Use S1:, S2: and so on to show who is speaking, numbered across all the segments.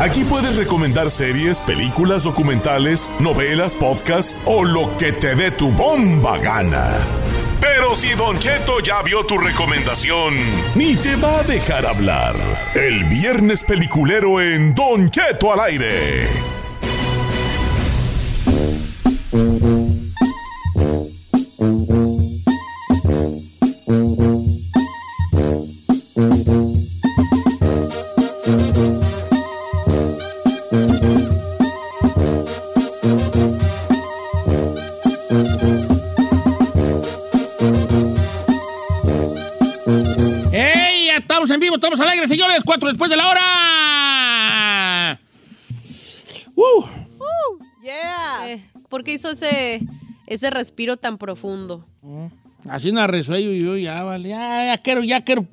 S1: Aquí puedes recomendar series, películas, documentales, novelas, podcasts o lo que te dé tu bomba gana. Pero si Don Cheto ya vio tu recomendación, ni te va a dejar hablar. El viernes peliculero en Don Cheto al aire.
S2: ¡Ey! Ya estamos en vivo, estamos alegres, señores. Cuatro después de la hora. ¡Uh!
S3: Eh, ¿Por qué hizo ese, ese respiro tan profundo?
S2: Así una resuello y yo ya, vale. Ya, ya quiero, ya quiero.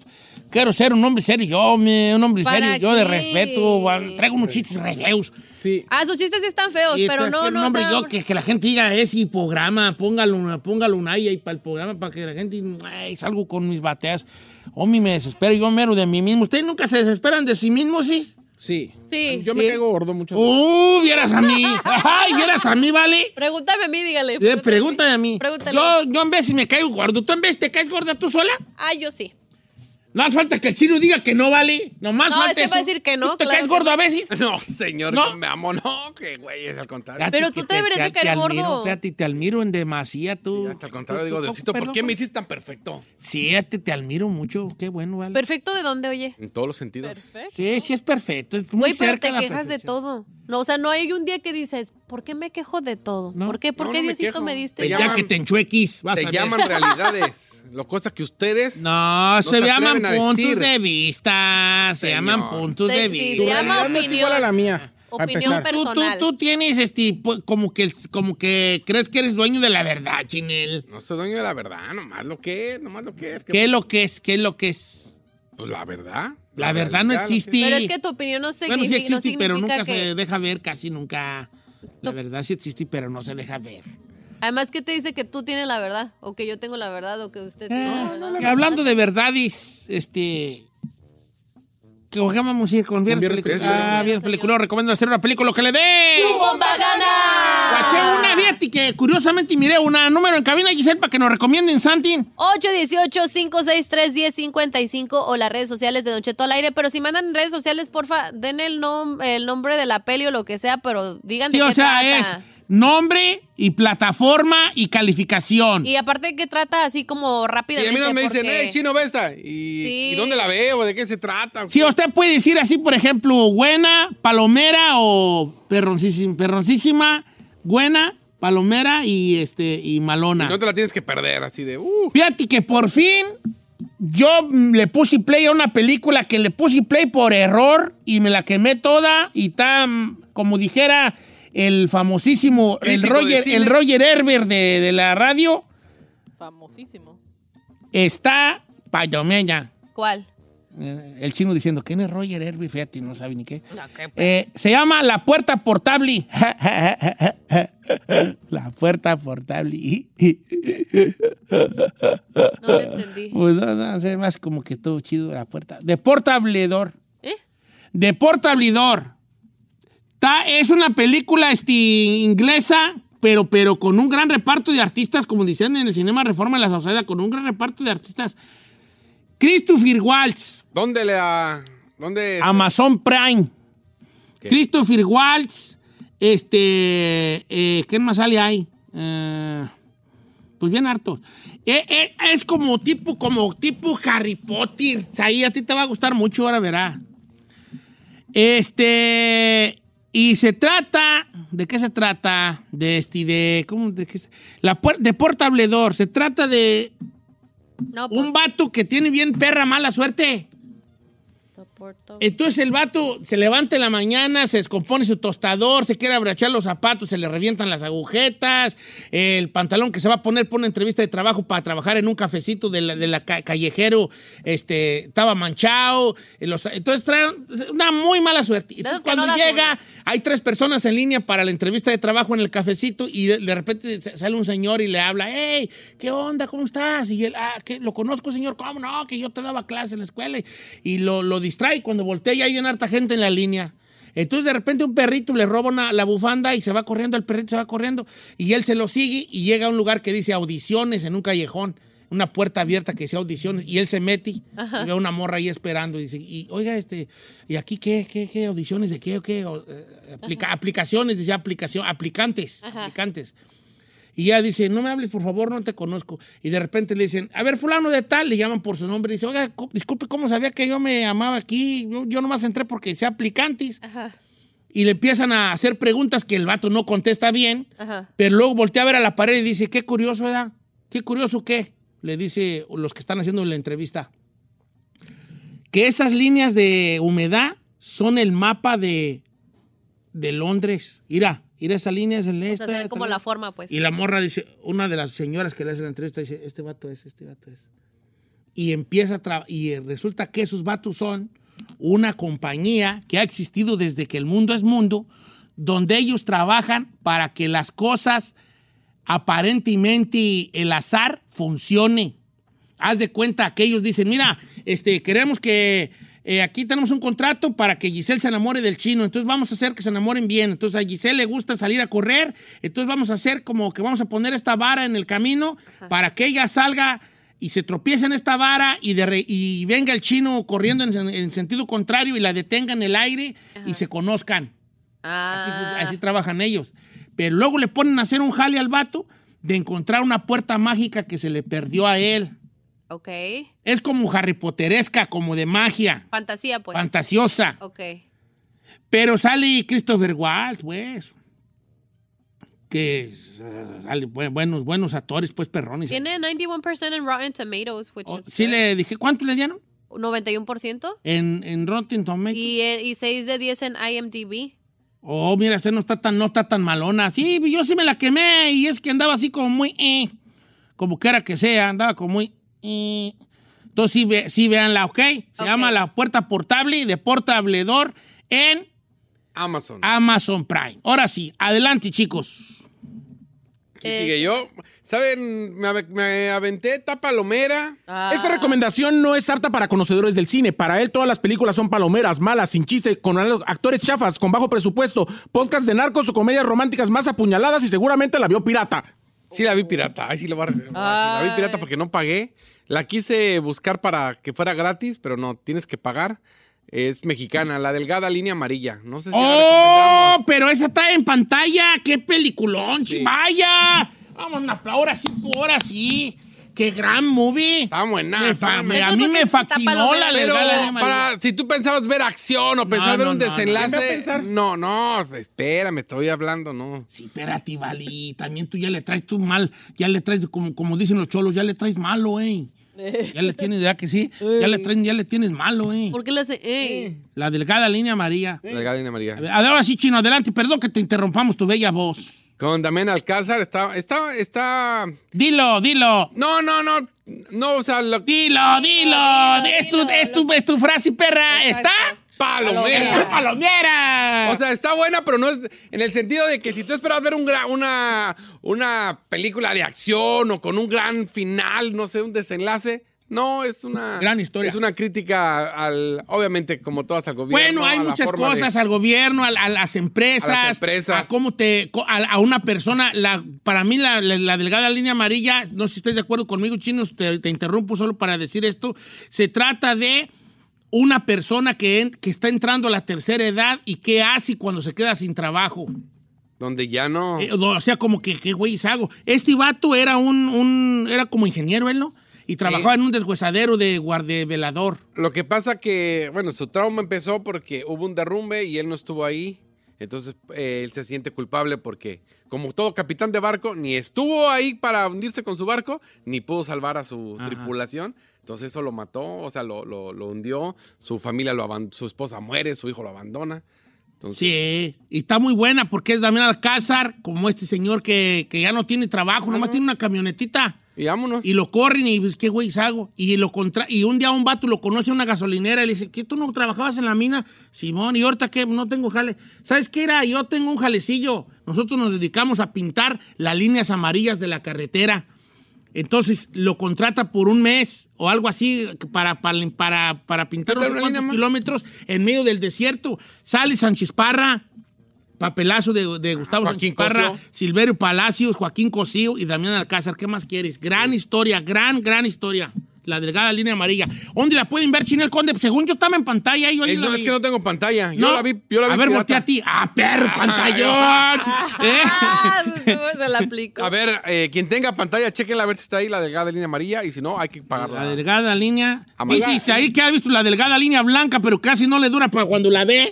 S2: Quiero ser un hombre serio yo, me, un hombre
S3: ¿Para
S2: serio yo de
S3: qué?
S2: respeto. vale. Traigo unos chistes re feos.
S4: Sí.
S3: Ah, sus chistes sí están feos,
S2: Y
S3: pero
S2: este,
S3: no,
S2: quiero
S3: no.
S2: Un hombre
S3: sea-
S2: yo que, que la gente diga ese programa, póngalo, una- póngalo un ahí, ahí para el programa, para que la gente ay, salgo con mis bateas. Hombre, me desespero yo mero de mí mismo. ¿Ustedes nunca se desesperan de sí mismos, sí?
S4: Sí.
S3: Sí,
S4: Yo
S3: sí.
S4: me caigo gordo mucho.
S2: ¡Uh! Vieras a mí. ¡Ay, vieras a mí, vale!
S3: Pregúntame a mí, dígale.
S2: Eh, pregúntame a mí.
S3: Pregúntale.
S2: Yo, yo en vez si me caigo gordo. ¿Tú en vez te caes gorda tú sola?
S3: Ah, yo sí.
S2: No hace falta que el chino diga que no vale. Nomás
S3: No,
S2: falta
S3: es que
S2: eso.
S3: va a decir que no,
S2: ¿Tú ¿Te
S3: claro
S2: caes
S3: que
S2: gordo
S3: no.
S2: a veces?
S4: No, señor,
S2: No.
S4: me amo, no, que güey, es al contrario.
S2: Fíjate
S3: Pero
S2: que
S3: tú te deberías de
S2: te-
S3: caer
S2: te admiro,
S3: gordo.
S2: Fíjate, te admiro en demasía tú.
S4: Hasta al contrario,
S2: Tú-
S4: digo,
S2: tú,
S4: Diosito, ¿por
S2: perdón.
S4: qué me hiciste tan perfecto?
S2: Sí, te, te admiro mucho. Qué bueno, vale.
S3: ¿Perfecto de dónde, oye?
S4: En todos los sentidos.
S2: sí, sí es perfecto. Es muy
S3: Güey, pero
S2: cerca
S3: te
S2: la
S3: quejas de
S2: perfección.
S3: todo. No, o sea, no hay un día que dices, ¿por qué me quejo de todo?
S2: No.
S3: ¿Por qué? ¿Por
S4: No,
S3: qué
S4: no me
S3: Diosito
S4: quejo.
S3: me
S4: Te
S3: diste?
S2: Pues Ya
S3: esto?
S4: llaman-
S2: que te enchuequis. vas
S4: Te
S2: a ver.
S4: llaman realidades. Lo cosas que ustedes.
S2: No, se
S4: se
S2: llaman
S4: atreven a
S2: puntos
S4: decir.
S2: de vista. Se
S4: Señor.
S2: llaman puntos
S3: Sí,
S2: de
S3: sí,
S2: vista.
S3: se llama
S4: realidad no es
S3: opinión.
S4: igual a la
S5: mía.
S3: Opinión
S2: Tú, tú,
S3: personal.
S2: tú tienes este, pu- como que, como que crees que eres dueño de la verdad, Chinel.
S4: No soy dueño de la verdad, nomás lo que es, nomás lo que es. que-
S2: ¿Qué es lo que es? ¿Qué es lo que es?
S4: Pues la verdad.
S2: La verdad no
S4: realidad, lo que-
S2: existe.
S3: Pero es que tu opinión no significa,
S2: Bueno, sí
S3: no
S2: existe, pero
S3: significa
S2: nunca
S3: que...
S2: se deja ver, casi nunca. La verdad sí existe, pero no se deja ver.
S3: Además, ¿qué te dice que tú tienes la verdad? O que yo tengo la verdad, o que usted tiene la
S2: Ah,
S3: verdad.
S2: y hablando de verdades, este. Que vamos a ir con viernes
S4: viernes
S2: película.
S4: peliculero.
S2: Ah, viernes película. Recomiendo hacer una película que le dé.
S3: ¡Bomba
S2: Guaché una, fíjate que curiosamente miré una número en cabina, Giselle, para que nos recomienden, Santin.
S3: 818-563-1055 o las redes sociales de Don Cheto al aire. Pero si mandan en redes sociales, porfa, den el, nom- el nombre de la peli o lo que sea, pero digan
S2: Sí,
S3: de
S2: o
S3: qué
S2: sea,
S3: trata.
S2: es nombre y plataforma y calificación.
S3: Y aparte que trata así como
S4: Y a mí
S3: rápidamente.
S4: no me dicen,
S3: porque-
S4: hey, chino, ve esta. ¿Y,
S3: Sí.
S4: ¿y dónde la veo? ¿De qué se trata?
S2: Si usted puede decir así, por ejemplo, buena, palomera o perroncísima, perroncísima, buena, palomera y este y malona.
S4: No te la tienes que perder, así de, uh.
S2: Fíjate que por fin yo mm, le puse play a una película que le puse play por error y me la quemé toda y tan, como dijera el famosísimo, el
S4: Crítico de
S2: Roger,
S4: cine.
S2: el Roger Herbert de, de la radio,
S6: Famosísimo.
S2: está palomeña.
S3: ¿Cuál?
S2: Eh, El chino diciendo, ¿quién es Roger Herbert? Fíjate, no sabe ni qué. Eh, se llama La Puerta Portable. la Puerta Portable.
S3: No lo entendí.
S2: Pues no, no, se me hace como que todo chido la puerta. De portabledor.
S3: ¿Eh?
S2: De portabledor. Ta- es una película este, inglesa, pero, pero con un gran reparto de artistas, como decían en el Cinema Reforma de la Sauceda, con un gran reparto de artistas. Christopher Waltz,
S4: ¿Dónde la.? ¿Dónde?
S2: Amazon Prime. Christopher Waltz. Este. Eh, ¿Quién más sale ahí? Eh, pues bien harto. Eh, eh, es como tipo, como tipo Harry Potter. Ahí a ti te va a gustar mucho, ahora verá. Este. Y se trata. ¿De qué se trata? De este. De, ¿Cómo? De, qué se- la, puer- de Portable Door. Se trata de
S3: No, pues.
S2: un vato que tiene bien perra mala suerte.
S3: soporto.
S2: Entonces el vato se levanta en la mañana, se descompone su tostador, se quiere abrachar los zapatos, se le revientan las agujetas, el pantalón que se va a poner por una entrevista de trabajo para trabajar en un cafecito de la, de la ca- callejero este, estaba manchado. eh, los- entonces trae una muy mala suerte. Y pues
S3: De esos que
S2: cuando
S3: no das
S2: llega, hay tres personas en línea para la entrevista de trabajo en el cafecito y de, de repente sa- sale un señor y le habla, hey, ¿qué onda? ¿Cómo estás? Y él, ah, ¿qué? ¿lo conozco, señor? ¿Cómo no? Que yo te daba clase en la escuela. Y- Y lo, lo distrae cuando voltea y hay una harta gente en la línea. Entonces de repente un perrito le roba una- la bufanda y se va corriendo, el perrito se va corriendo y él se lo sigue y llega a un lugar que dice audiciones en un callejón, una puerta abierta que dice audiciones y él se mete y ve a una morra ahí esperando y dice, y, oiga, este, ¿y aquí qué, qué, qué audiciones de qué o qué? O, eh, aplica- aplicaciones, decía aplicación, aplicantes, aplicantes. Y ya dice, no me hables, por favor, no te conozco. Y de repente le dicen, a ver, fulano de tal, le llaman por su nombre y dice, oiga, cu- disculpe, ¿cómo sabía que yo me amaba aquí? Yo, yo nomás entré porque sea aplicantes.
S3: Ajá,
S2: Y le empiezan a hacer preguntas que el vato no contesta bien,
S3: ajá.
S2: pero luego voltea a ver a la pared y dice, qué curioso, ¿verdad? ¿Qué curioso qué? Le dice los que están haciendo la entrevista. Que esas líneas de humedad son el mapa de, de Londres. Mira, mira esas líneas en
S3: O sea, se ve como la forma, pues.
S2: y la morra dice, una de las señoras que le hace la entrevista dice, este vato es, este vato es. Y empieza a tra- y eh, resulta que esos vatos son una compañía que ha existido desde que el mundo es mundo, donde ellos trabajan para que las cosas, aparentemente el azar, funcione. Haz de cuenta que ellos dicen, mira, este, queremos que eh, aquí tenemos un contrato para que Giselle se enamore del chino, entonces vamos a hacer que se enamoren bien. Entonces a Giselle le gusta salir a correr, entonces vamos a hacer como que vamos a poner esta vara en el camino para que ella salga y se tropiece en esta vara y, de re- y venga el chino corriendo en, sen- en sentido contrario y la detenga en el aire y se conozcan. Así,
S3: Ah,
S2: fu- pues, así trabajan ellos. Pero luego le ponen a hacer un jale al vato de encontrar una puerta mágica que se le perdió a él.
S3: ok.
S2: Es como Harry Potteresca, como de magia,
S3: Fantasía, pues.
S2: fantasiosa.
S3: ok.
S2: Pero sale Christopher Waltz, pues. Que eh, sale bu- buenos, buenos actores, pues perrones.
S3: Tiene 91% en Rotten Tomatoes, which
S2: Oh,
S3: is
S2: sí
S3: good.
S2: le dije, ¿cuánto le dieron?
S3: 91%.
S2: En, en Rotten Tomatoes.
S3: Y, eh, y 6 de 10 en IMDb.
S2: Oh, mira, usted no está tan, no está tan malona. Sí, yo sí me la quemé y es que andaba así como muy, eh, como quiera que sea, andaba como muy, eh. Entonces sí, ve- sí véanla, ¿ok? Se
S3: Ok.
S2: llama La Puerta Portable de Portable Door en
S4: Amazon.
S2: Amazon Prime. Ahora sí, adelante, chicos.
S4: Sí,
S2: Eh,
S4: sigue yo. ¿Saben? Me, ave- me aventé esta palomera.
S5: Esta
S2: Ah.
S5: recomendación no es apta para conocedores del cine. Para él todas las películas son palomeras, malas, sin chiste, con al- actores chafas, con bajo presupuesto, podcast de narcos o comedias románticas más apuñaladas y seguramente la vio pirata.
S4: Sí, la vi
S2: Ah.
S4: pirata. Ay, sí, la voy a arreglar. Sí, la vi pirata porque no pagué. La quise buscar para que fuera gratis, pero no, tienes que pagar. Es mexicana, la delgada línea amarilla. No sé si la
S2: ¡Oh!
S4: recomendamos.
S2: Pero esa está en pantalla. ¡Qué peliculón! chi- ¡Vaya! Vamos, una apla- ahora sí, ahora sí. ¡Qué gran movie!
S4: Está buena,
S2: Me
S4: está
S2: fa- me-
S4: buena.
S2: a mí me
S3: Está
S2: fascinó
S3: palomera.
S2: la
S4: Pero
S2: legal. animal.
S4: para, si tú pensabas ver acción o pensabas ver
S2: no,
S4: un
S2: no, no.
S5: ¿Qué me va a
S4: desenlace.
S5: pensar?
S4: No, no, espérame, estoy hablando, no.
S2: Sí, espérate, Vali. También tú ya le traes tú mal. Ya le traes, como, como dicen los cholos, ya le traes malo, ¿eh? Ya le tienes, ya que sí. Ya le, traen, ya le tienes malo, ¿eh?
S3: ¿Por qué le hace? eh?
S2: La delgada línea amarilla.
S4: La delgada línea amarilla.
S2: A ver, Ahora sí, chino, adelante. Perdón que te interrumpamos tu bella voz.
S4: Con Damián Alcázar está, está, está.
S2: Dilo, dilo.
S4: No, no, no. No, o sea, lo-
S2: Dilo, dilo. Es tu, es tu, es tu frase, perra. ¿Está?
S4: palomera.
S2: ¡Está palomera!
S4: O sea, está buena, pero no es. En el sentido de que si tú esperas ver un gra- una, una película de acción o con un gran final, no sé, un desenlace. No, es una.
S2: Gran historia.
S4: Es una crítica al. Obviamente, como todas al gobierno.
S2: bueno, hay
S4: a la
S2: muchas
S4: forma de-
S2: cosas al gobierno, al- a, las empresas,
S4: A las empresas.
S2: a cómo te, co- a, a una persona. La, para mí la, la- la delgada línea amarilla, no sé si estés de acuerdo conmigo, chinos, te, te interrumpo solo para decir esto. Se trata de una persona que, en- que está entrando a la tercera edad y qué hace cuando se queda sin trabajo.
S4: Donde ya no.
S2: Eh, o sea, como que, ¿qué güey hago? Este vato era un, un- era como ingeniero, él, ¿no? Y trabajaba en un deshuesadero de guardevelador.
S4: Lo que pasa que, bueno, su trauma empezó porque hubo un derrumbe y él no estuvo ahí. Entonces eh, él se siente culpable porque, como todo capitán de barco, ni estuvo ahí para hundirse con su barco, ni pudo salvar a su tripulación. Entonces eso lo mató, o sea, lo, lo- lo hundió. Su familia lo aban- su esposa muere, su hijo lo abandona. Entonces,
S2: Sí, y está muy buena porque es Damián Alcázar, como este señor que, que ya no tiene trabajo, nomás tiene una camionetita.
S4: y vámonos.
S2: Y lo corren y pues, ¿qué güey hago? Y, lo contra y un día un vato lo conoce en una gasolinera y le dice, ¿qué tú no trabajabas en la mina? Simón, y ahorita que no tengo jale. ¿Sabes qué era? Yo tengo un jalecillo. Nosotros nos dedicamos a pintar las líneas amarillas de la carretera. Entonces lo contrata por un mes o algo así para, para, para, para pintar unos
S4: Pintar una línea
S2: cuantos
S4: más.
S2: kilómetros en medio del desierto. Sale Sánchez Parra, papelazo de, de Gustavo
S4: Joaquín
S2: Sánchez Parra,
S4: Cosío.
S2: Silverio Palacios, Joaquín Cosío y Damián Alcázar. ¿Qué más quieres? Gran historia, gran, gran historia. La delgada línea amarilla. ¿Dónde la pueden ver, Chinel Conde? Según yo estaba en pantalla. Yo ahí
S4: Eh,
S2: la
S4: no,
S2: vi.
S4: es que no tengo pantalla. Yo
S2: No.
S4: la vi, yo la vi
S2: A ver,
S4: pirata.
S2: voltea a ti. ¡Ah, perro, pantallón! ¿Eh?
S3: Ah, se la aplico.
S4: A ver, eh, quien tenga pantalla, chequenla a ver si está ahí la delgada línea amarilla y si no, hay que pagarla.
S2: La delgada línea.
S4: Amarilla.
S2: Dice Isaí que ha visto la delgada línea blanca, pero casi no le dura para cuando la ve.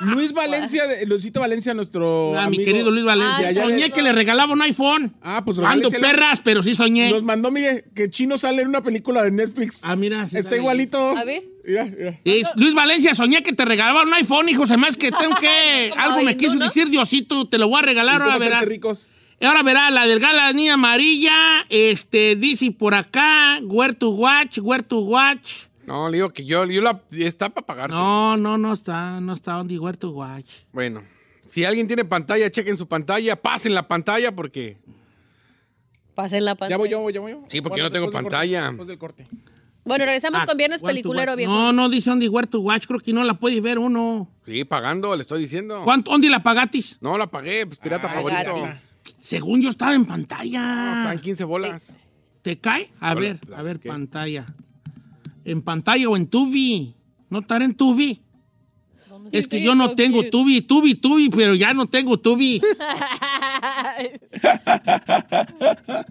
S5: Luis Valencia, de- Luisito Valencia, nuestro.
S2: A Ah, mi
S5: amigo,
S2: querido Luis Valencia.
S3: Ah, ya, ya,
S2: soñé
S3: ya.
S2: que le regalaba un iPhone.
S5: Ah, pues,
S2: Ando
S5: regáleselo.
S2: perras, pero sí soñé.
S5: Nos mandó, mire, que Chino sale en una película de Netflix.
S2: Ah, mira. sí
S5: Está
S2: sale.
S5: igualito.
S3: A ver.
S5: Mira, mira.
S2: Es- Luis Valencia, soñé que te regalaban un iPhone, hijo. Se más que tengo que.
S3: Como
S2: Algo me
S3: hindú,
S2: quiso
S3: ¿no?
S2: decir Diosito, te lo voy a regalar.
S5: ¿Cómo
S2: Ahora
S5: hacerse
S2: verás.
S5: ricos?
S2: Ahora verás, la delgada niña amarilla. Este, dice por acá, where to watch, where to watch.
S4: No, le digo que yo, yo la. Está para pagarse.
S2: No, no, no está, no está donde where to watch.
S4: Bueno, si alguien tiene pantalla, chequen su pantalla, pasen la pantalla porque.
S3: Pasen la pantalla.
S5: Ya voy yo, ya voy yo.
S2: pues.
S4: Sí, porque
S5: Bueno,
S4: yo no tengo
S5: después del
S4: pantalla.
S5: corte, después del corte.
S3: Bueno, regresamos
S2: Ah,
S3: con Viernes
S2: Where to
S3: Peliculero,
S2: Watch.
S3: viejo.
S2: No, no dice donde where to watch. Creo que no la puede ver uno.
S5: pues,
S4: Sí, pagando, le estoy diciendo.
S2: ¿Cuánto? ¿Dónde la pagatis?
S4: No, la pagué, pues pirata
S3: Ah,
S4: favorito.
S3: gratis.
S2: Según yo estaba en pantalla.
S4: Están 15 bolas.
S2: ¿Te cae? A
S4: Hola,
S2: ver,
S4: hola,
S2: a ver,
S4: ¿qué?
S2: pantalla. ¿En pantalla o en Tubi? ¿No estar en Tubi? Es que yo no tengo Tubi, Tubi, Tubi, pero ya no tengo Tubi.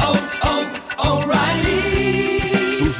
S7: ¿Tus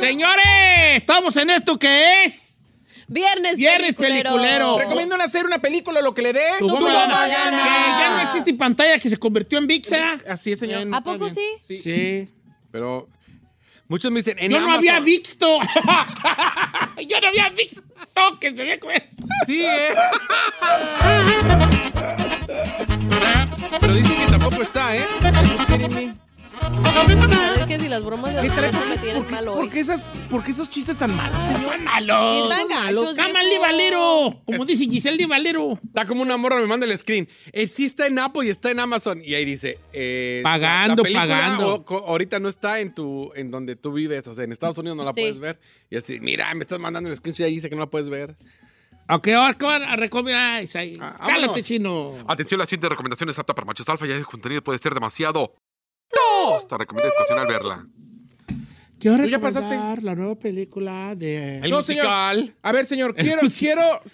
S2: Señores, estamos en esto que es
S3: Viernes,
S2: Viernes Peliculero.
S5: Recomiendo hacer una película, lo que le dé.
S2: Tu
S3: Tubo
S2: Gana.
S3: Banana.
S2: Que ya no existe pantalla que se convirtió en Vixa.
S5: Así es, señor.
S2: Bueno,
S3: ¿A poco
S2: está bien.
S3: sí?
S2: Sí.
S4: Pero. Muchos me dicen, en
S2: Yo no
S4: Amazon.
S2: había visto. Yo no había visto que se había comido.
S4: Sí, ¿eh? Pero dicen que tampoco está, ¿eh?
S3: ¿Sabes que si las bromas de
S5: ¿Qué trae?
S3: Alberto me tienen
S5: ¿Por qué-
S3: mal
S5: por
S3: hoy?
S5: qué esas- por qué esos chistes tan malos? señor?
S2: ¡Son malos!
S3: Están gachos,
S2: ¡Cámale,
S3: viejo.
S2: Valero! Como dice Giselle de Valero.
S4: Está como una morra, me manda el screen. Eh, sí está en Apple y está en Amazon. Y ahí dice... eh,
S2: Pagando, pagando.
S4: o- co- ahorita no está en tu en donde tú vives. O sea, en Estados Unidos no la
S3: Sí.
S4: puedes ver. Y así, mira, me estás mandando el screenshot y ahí dice que no la puedes ver.
S2: Ok, ahora ¿qué van a recomendar.
S4: Ah,
S2: Cálate,
S4: vámonos. Ah,
S2: chino.
S8: Atención, la siguiente recomendación es apta para machos alfa, ya que el contenido puede ser demasiado. ¡No! Te recomiendo discusión al verla.
S2: Quiero
S5: ya
S2: recomendar
S5: pasaste?
S2: la nueva película de...
S4: El
S5: No, señor.
S4: musical.
S5: A ver, señor, quiero,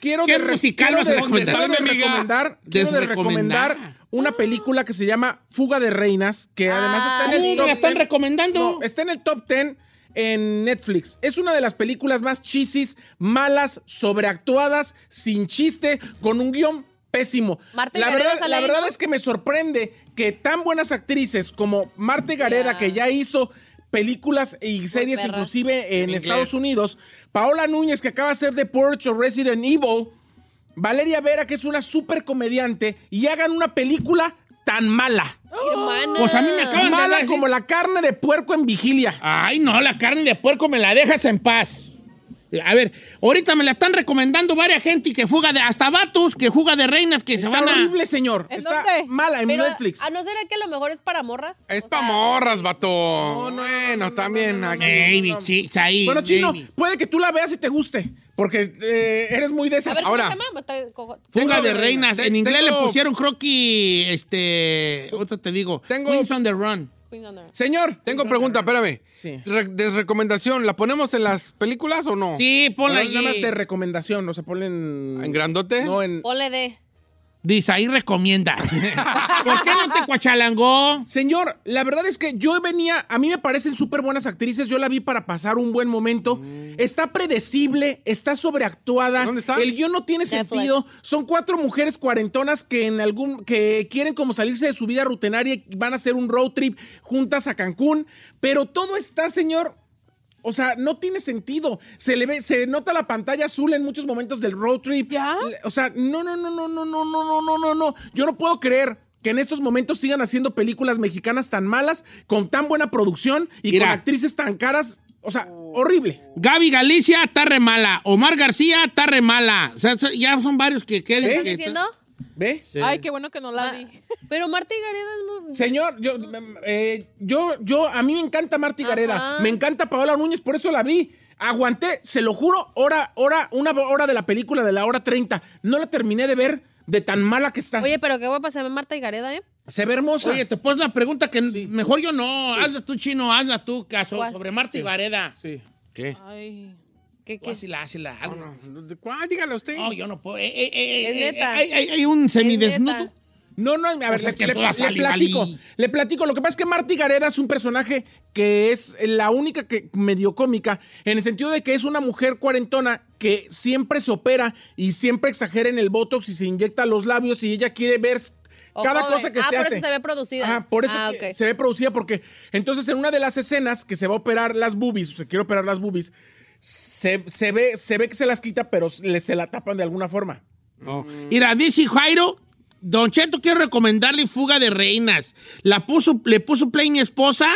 S5: quiero, quiero.
S2: Pues, ¿Qué
S5: de re-
S2: musical
S5: quiero
S2: vas a
S5: de-
S2: recomendar?
S5: quiero de
S4: Dame, amiga.
S5: recomendar- quiero de
S2: Desrecomendar.
S5: recomendar una película que se llama Fuga de Reinas, que además está en
S2: Sí,
S3: Ah,
S5: el
S2: la
S5: top
S2: están
S5: 10.
S2: recomendando.
S5: No, está en el top 10 en Netflix. Es una de las películas más chisis, malas, sobreactuadas, sin chiste, con un guión pésimo.
S3: Marta
S5: la
S3: Gareda
S5: verdad,
S3: sale
S5: la
S3: ahí,
S5: verdad
S3: ¿no?
S5: es que me sorprende que tan buenas actrices como Marte Gareda,
S3: Ya.
S5: que ya hizo películas y series
S3: perra.
S5: inclusive en
S4: inglés.
S5: Estados Unidos, Paola Núñez, que acaba de ser de Porch o Resident Evil, Valeria Vera, que es una super comediante, y hagan una película tan mala.
S3: Hermana.
S2: Pues a mí me acaban de
S5: Mala
S2: decir-
S5: como la carne de puerco en vigilia.
S2: Ay, no, la carne de puerco me la dejas en paz. A ver, ahorita me la están recomendando varias gente que fuga de... Hasta vatos que juega de reinas que se
S5: Está
S2: van a...
S5: horrible, señor.
S6: ¿En
S5: Está
S6: dónde?
S5: mala en
S3: Pero,
S5: Netflix.
S3: ¿A no será que a lo mejor es para morras?
S4: Es
S3: O
S4: pa'
S3: sea,
S4: morras, vato. bueno, también aquí.
S2: Baby, chis, ahí.
S5: Bueno, Chino,
S2: baby.
S5: puede que tú la veas y te guste, porque eh, eres muy de
S3: A
S5: esas.
S3: ver,
S4: Ahora.
S3: ¿cómo se llama? Co-
S2: Fuga
S4: Tengo-
S2: de reinas.
S4: te-
S2: en inglés
S4: tengo-
S2: le pusieron, creo que, este, otra te digo,
S4: Tengo-
S2: Queens on the Run.
S3: Queen Honor.
S5: Señor,
S4: Tengo pregunta, espérame.
S5: Sí.
S4: Re- desrecomendación, ¿la ponemos en las películas o no?
S2: Sí, ponla
S5: nada
S2: ahí.
S5: más de recomendación, o sea, ponen...
S4: ¿En grandote?
S5: No, eh. en...
S3: Ponle de.
S2: Dice, ahí recomienda. ¿Por qué no te cuachalangó?
S5: Señor, la verdad es que yo venía, a mí me parecen súper buenas actrices, yo la vi para pasar un buen momento. Está predecible, está sobreactuada.
S4: Mm. ¿Dónde está?
S5: El guión no tiene
S3: Netflix.
S5: sentido. Son cuatro mujeres cuarentonas que en algún que quieren como salirse de su vida rutinaria y van a hacer un road trip juntas a Cancún, pero todo está, señor, o sea, no tiene sentido. Se le ve, se nota la pantalla azul en muchos momentos del road trip.
S6: ¿Ya?
S5: Le- O sea, no, no, no, no, no, no, no, no, no, no, no. Yo no puedo creer que en estos momentos sigan haciendo películas mexicanas tan malas, con tan buena producción y
S2: Mira.
S5: con actrices tan caras. O sea, horrible.
S2: Gaby Galicia está re mala. Omar García está re mala. O sea, so- ya son varios que... que
S3: ¿Estás
S2: que-
S3: diciendo?
S5: ¿Ve?
S6: Ay, qué bueno que no la vi.
S3: Pero Marta y Gareda es muy...
S5: Señor, yo, eh, yo, yo, a mí me encanta Marta Gareda,
S3: Ajá.
S5: me encanta Paola Núñez, por eso la vi. Aguanté, se lo juro, hora, hora, una hora de la película de la hora 30. No la terminé de ver de tan mala que está.
S3: Oye, pero qué guapa se ve Marta y Gareda, ¿eh?
S5: se ve hermosa.
S2: Oye, te pones la pregunta que mejor yo no. Hazla tú, chino, hazla tú, caso, sobre Marta y Gareda.
S5: Sí.
S4: ¿Qué?
S6: Ay.
S3: ¿Qué,
S2: Tú
S3: qué?
S2: hazla, hazla, hazla.
S4: No, no, ¿Cuál? Dígale usted.
S2: No, yo no puedo. Eh, eh, eh,
S3: Es
S2: eh,
S3: neta.
S2: Hay, hay- hay un semidesnudo.
S3: neta.
S5: No, no, a ver,
S2: Pues
S5: le,
S2: es que
S5: le-
S2: todas
S5: le
S2: salen,
S5: platico.
S2: Vali.
S5: Le platico. Lo que pasa es que Marty Gareda es un personaje que es la única que medio cómica, en el sentido de que es una mujer cuarentona que siempre se opera y siempre exagera en el botox y se inyecta los labios y ella quiere ver
S3: O
S5: cada
S3: joven.
S5: cosa que
S3: Ah,
S5: se
S3: por
S5: hace.
S3: eso se ve producida.
S5: Ah, por eso
S3: Ah,
S5: que
S3: ok.
S5: se ve producida porque entonces en una de las escenas que se va a operar las boobies, o se quiere operar las boobies, se, se ve, se ve que se las quita, pero le- se la tapan de alguna forma.
S2: No. Mira, dice Jairo, Don Cheto, quiero recomendarle Fuga de Reinas. La puso, le puso play mi esposa,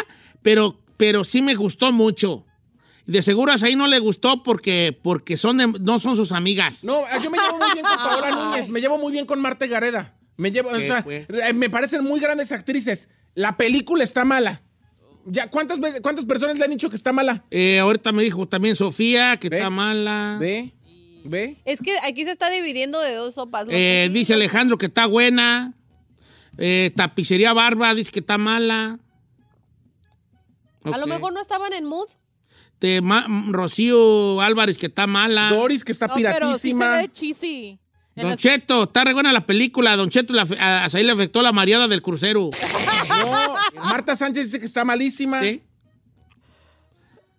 S2: pero, pero sí me gustó mucho. De seguro a Saí no le gustó porque, porque son de- no son sus amigas.
S5: No, ah, yo me llevo muy bien con Paola Núñez, me llevo muy bien con Marta Gareda. Me llevo, o
S2: ¿Qué
S5: sea,
S2: fue?
S5: eh, me parecen muy grandes actrices. La película está mala. Ya, ¿cuántas, veces- ¿Cuántas personas le han dicho que está mala?
S2: Eh, ahorita me dijo también Sofía, que
S5: Ve.
S2: está mala.
S5: Ve, ve.
S3: Es que aquí se está dividiendo de dos sopas. los
S2: Eh,
S3: que sí-
S2: dice Alejandro que está buena. Eh, tapicería Barba dice que está mala.
S3: A lo
S2: Ok.
S3: mejor no estaban en mood.
S2: Te- Ma- Rocío Álvarez que está mala.
S5: Doris, que está
S6: Ah. No, pero sí se
S5: piratísima.
S6: ve cheesy. En
S2: Don
S6: las-
S2: Cheto, está re buena la película. Don Cheto, la, a, a Saí le afectó la mareada del crucero.
S5: No, Marta Sánchez dice que está malísima.
S2: ¿Sí?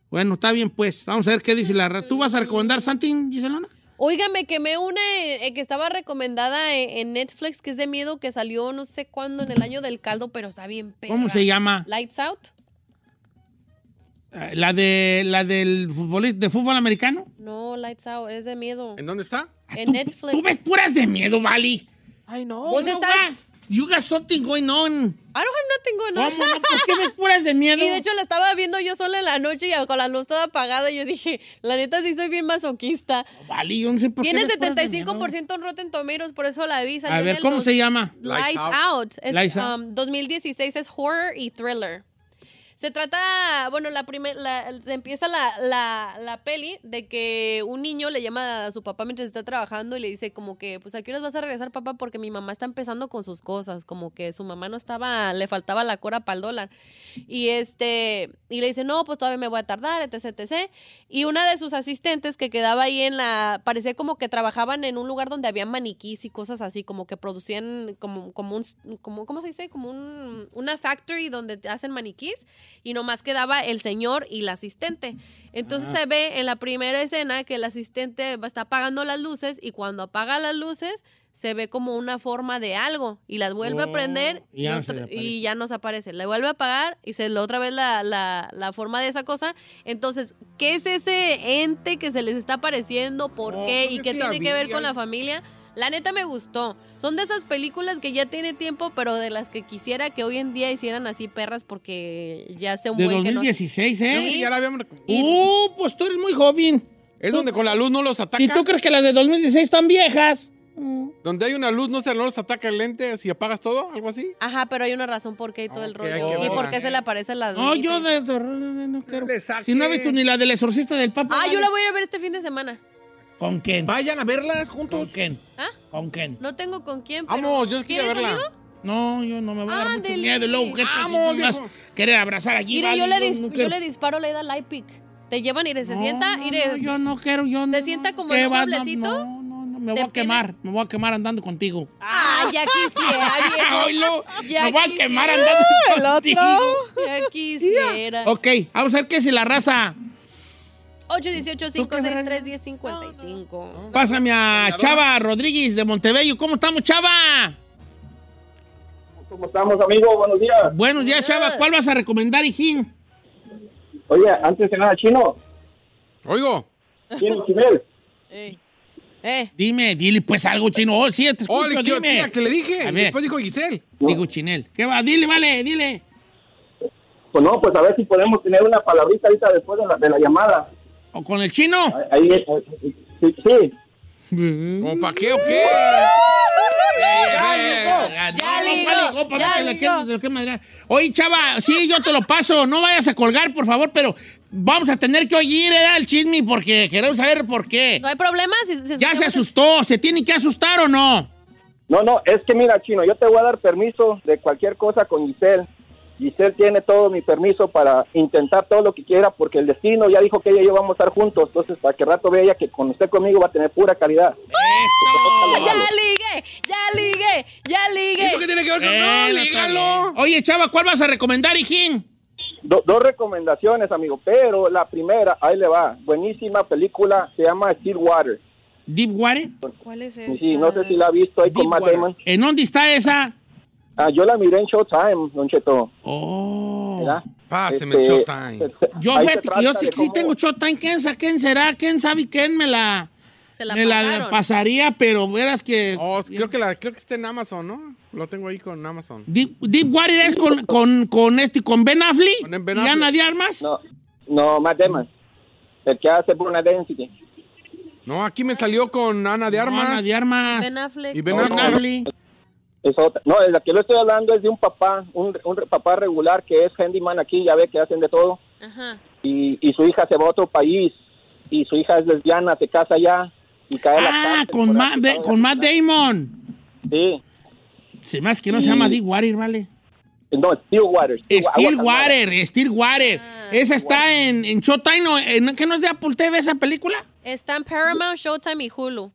S2: Bueno, está bien, pues. Vamos a ver qué dice la ra- ¿Tú vas a recomendar something, Giselona?
S3: Oiga, me quemé una eh, eh, que estaba recomendada en, en Netflix, que es de miedo, que salió no sé cuándo, en el año del caldo, pero está bien perra.
S2: ¿Cómo se llama?
S3: Lights Out.
S2: La, de, la del futbolista, de fútbol americano.
S3: No, Lights Out, es de miedo.
S4: ¿En dónde está?
S3: En Netflix.
S2: Tú ves puras de miedo, Vali.
S6: Ay,
S2: Oh,
S6: no.
S3: Vos estás.
S2: You got something going on.
S3: I don't have nothing going on.
S2: ¿Cómo no? ¿Por qué ves puras de miedo?
S3: Y de hecho la estaba viendo yo sola en la noche y con la luz toda apagada y yo dije, la neta sí soy bien masoquista.
S2: Vali, yo no sé por qué
S3: Tiene
S2: ves puras de miedo.
S3: 75% en Rotten Tomatoes, por eso la vi. salió
S2: A
S3: en
S2: ver,
S3: el
S2: ¿cómo
S3: dos-
S2: se llama?
S3: Lights,
S4: Lights
S3: Out. Es,
S2: Lights Out.
S3: um, 2016 es horror y thriller. Se trata, bueno, la primer, la- empieza la, la, la peli de que un niño le llama a su papá mientras está trabajando y le dice como que, pues, ¿a qué horas vas a regresar, papá? Porque mi mamá está empezando con sus cosas, como que su mamá no estaba, le faltaba la cora para el dólar. Y este, y le dice, no, pues todavía me voy a tardar, etc, etc. Y una de sus asistentes que quedaba ahí en la, parecía como que trabajaban en un lugar donde había maniquís y cosas así, como que producían como, como un, como, ¿cómo se dice? Como un, una factory donde te hacen maniquís y nomás quedaba el señor y la asistente. Entonces
S2: Ah.
S3: se ve en la primera escena que el asistente va- está apagando las luces y cuando apaga las luces se ve como una forma de algo y las vuelve
S2: Oh,
S3: a prender
S2: y
S3: y,
S2: ya no
S3: otra-
S2: se le aparece.
S3: y ya nos aparece. Le vuelve a apagar y se le otra vez la, la- la forma de esa cosa. Entonces, ¿qué es ese ente que se les está apareciendo? ¿Por
S4: Oh,
S3: qué?
S4: creo
S3: ¿Y
S4: que
S3: qué
S4: sí
S3: tiene que ver
S4: había.
S3: con la familia? La neta me gustó. Son de esas películas que ya tiene tiempo, pero de las que quisiera que hoy en día hicieran así perras porque ya hace un
S2: De
S3: buen que no-
S2: 2016,
S4: Creo que
S2: ¿eh?
S4: ya la habíamos...
S2: Uh, pues tú eres muy joven.
S4: Es donde con la luz no los ataca.
S2: ¿Y tú crees que las de 2016 están viejas?
S4: Donde hay una luz no se no los ataca el lente si apagas todo, algo así.
S3: Ajá, pero hay una razón por qué y todo el
S4: Ah, Ok, hay
S3: rollo.
S4: que
S3: ¿Y por
S4: verla.
S3: qué se le aparecen las
S2: No, yo de
S3: luces.
S2: de horror no, no quiero.
S4: Le saque.
S2: Si no has visto ni la del exorcista del Papa.
S3: Ah,
S2: ¿vale?
S3: yo la voy a ir a ver este fin de semana.
S2: ¿Con quién?
S5: Vayan a verlas
S2: ¿Con
S5: juntos.
S2: quién?
S3: ¿Ah?
S2: ¿Con quién?
S3: No tengo con quién, pero...
S4: Vamos, yo quiero
S3: ¿Quieres
S4: verla.
S3: conmigo?
S2: No, yo no me voy a dar mucho
S3: Ándele.
S2: miedo. y Luego, ¿qué tal si
S4: Vamos,
S2: nomás
S4: viejo.
S2: Querer abrazar allí.
S3: Mire,
S2: vale,
S3: yo, le dis-
S2: no
S3: yo
S2: quiero.
S3: le disparo, le da light pick. Te llevan, y se
S2: No,
S3: sienta,
S2: no,
S3: Ire.
S2: no, yo no quiero, yo no.
S3: sienta como
S2: ¿qué
S3: en un
S2: va? No,
S3: mueblecito?
S2: No, no, no, me voy a
S3: ¿Te tiene?
S2: quemar. Me voy a quemar andando contigo.
S3: Ah, ya quisiera, viejo.
S2: Oilo,
S3: Ya
S2: me voy a
S3: quisiera.
S2: quemar andando
S6: El
S2: contigo.
S6: otro.
S3: Ya quisiera.
S2: Ok, vamos a ver qué es la raza.
S3: 818-563-1055.
S2: Pásame a Chava Rodríguez de Montebello. ¿Cómo estamos, Chava?
S9: ¿Cómo estamos, amigo? Buenos días.
S2: Buenos días, Chava. ¿Cuál vas a recomendar, hijín?
S9: Oye, antes de nada, chino.
S4: Oigo.
S9: Chino, Chimel.
S6: Ey.
S3: Eh,
S2: Dime, dile pues algo chino. Oh, sí, te escucho,
S4: Ole, qué
S2: dime.
S4: tía, que le dije.
S2: A
S4: Y
S2: ver.
S4: Después dijo Giselle.
S2: Digo chinel. ¿Qué va? Dile, vale, dile.
S9: Pues no, pues a ver si podemos tener una palabrita ahorita después de la, de la llamada.
S2: ¿O con el chino?
S9: Ahí, eh, eh, sí, sí.
S4: ¿Cómo pa' qué o qué? Eh,
S3: Ya
S2: No,
S3: ligó,
S2: vale, copa,
S3: ya
S2: no te la
S3: ligó.
S2: quiero, te la quiero madrear. Oye, chava, sí, yo te lo paso. No vayas a colgar, por favor, pero vamos a tener que oír ¿eh? el chisme porque queremos saber por qué.
S3: ¿No hay problema? Si, si
S2: Ya se
S3: escuchamos-
S2: asustó. ¿Se tiene que asustar o no?
S9: No, no, es que mira, chino, yo te voy a dar permiso de cualquier cosa con Giselle. Giselle tiene todo mi permiso para intentar todo lo que quiera porque el destino ya dijo que ella y yo vamos a estar juntos. Entonces, para que rato vea ella que con usted conmigo va a tener pura calidad.
S3: Ah,
S2: ¡Eso!
S3: Ya ligué, ya ligué, ya
S4: ¿Eso
S3: ligué.
S4: qué tiene que ver con
S2: Eh,
S4: no?
S2: no está
S4: Lígalo.
S2: bien. Oye, chava, ¿cuál vas a recomendar, hijín?
S9: Do- dos recomendaciones, amigo, pero la primera, ahí le va. Buenísima película, se llama Stillwater.
S2: Deep Water.
S3: ¿Cuál es
S9: Y
S3: esa?
S9: sí, no sé si la ha visto ahí con Matt
S4: Deepwater.
S9: Damon.
S2: ¿En dónde está esa?
S9: Ah, yo la miré en Showtime, Don Cheto.
S2: Oh.
S9: ¿verdad?
S4: Páseme
S9: Este,
S4: Showtime.
S9: se-
S2: Yo,
S9: ahí se
S2: fíjate que yo
S9: trata
S2: sí,
S9: de
S2: sí
S9: cómo-
S2: tengo Showtime. ¿Quién, sa- quién será? ¿Quién sabe y quién me la,
S3: Se la
S2: me la
S3: pasaron.
S2: pasaría? Pero verás que.
S4: Oh, creo que la, creo que está en Amazon, ¿no? Lo tengo ahí con Amazon.
S2: Deep, Deep Water es con, con, con este, con Ben Affleck.
S4: Con Ben
S2: ¿Y
S4: Affleck.
S2: Ana de Armas?
S9: No, no, Matt Damon. El que hace Bruna Density.
S4: No, aquí me salió con Ana de
S2: No,
S4: Armas.
S2: Ana de Armas.
S3: Ben Affleck.
S4: Y Ben
S2: Ben
S4: Affleck.
S2: Affleck.
S9: Es otra. No, el que lo estoy hablando es de un papá, un, un re- papá regular que es handyman aquí, ya ve que hacen de todo.
S3: Ajá.
S9: Y, y su hija se va a otro país. Y su hija es lesbiana, se casa allá. Y cae a la
S2: Ah,
S9: cárcel
S2: con,
S9: por
S2: Ma-
S9: atentado
S2: de-
S9: a la
S2: con Matt Damon.
S9: Sí.
S2: Se me hace que no se llama Deep Water, ¿vale?
S9: No, Stillwater. Steel-
S2: Steel
S9: Agua Calmada.
S2: Water, Steel Water. esa está en, en Showtime. ¿no? ¿En, ¿Qué nos de Apple TV esa película?
S3: Está en Paramount, Showtime y Hulu.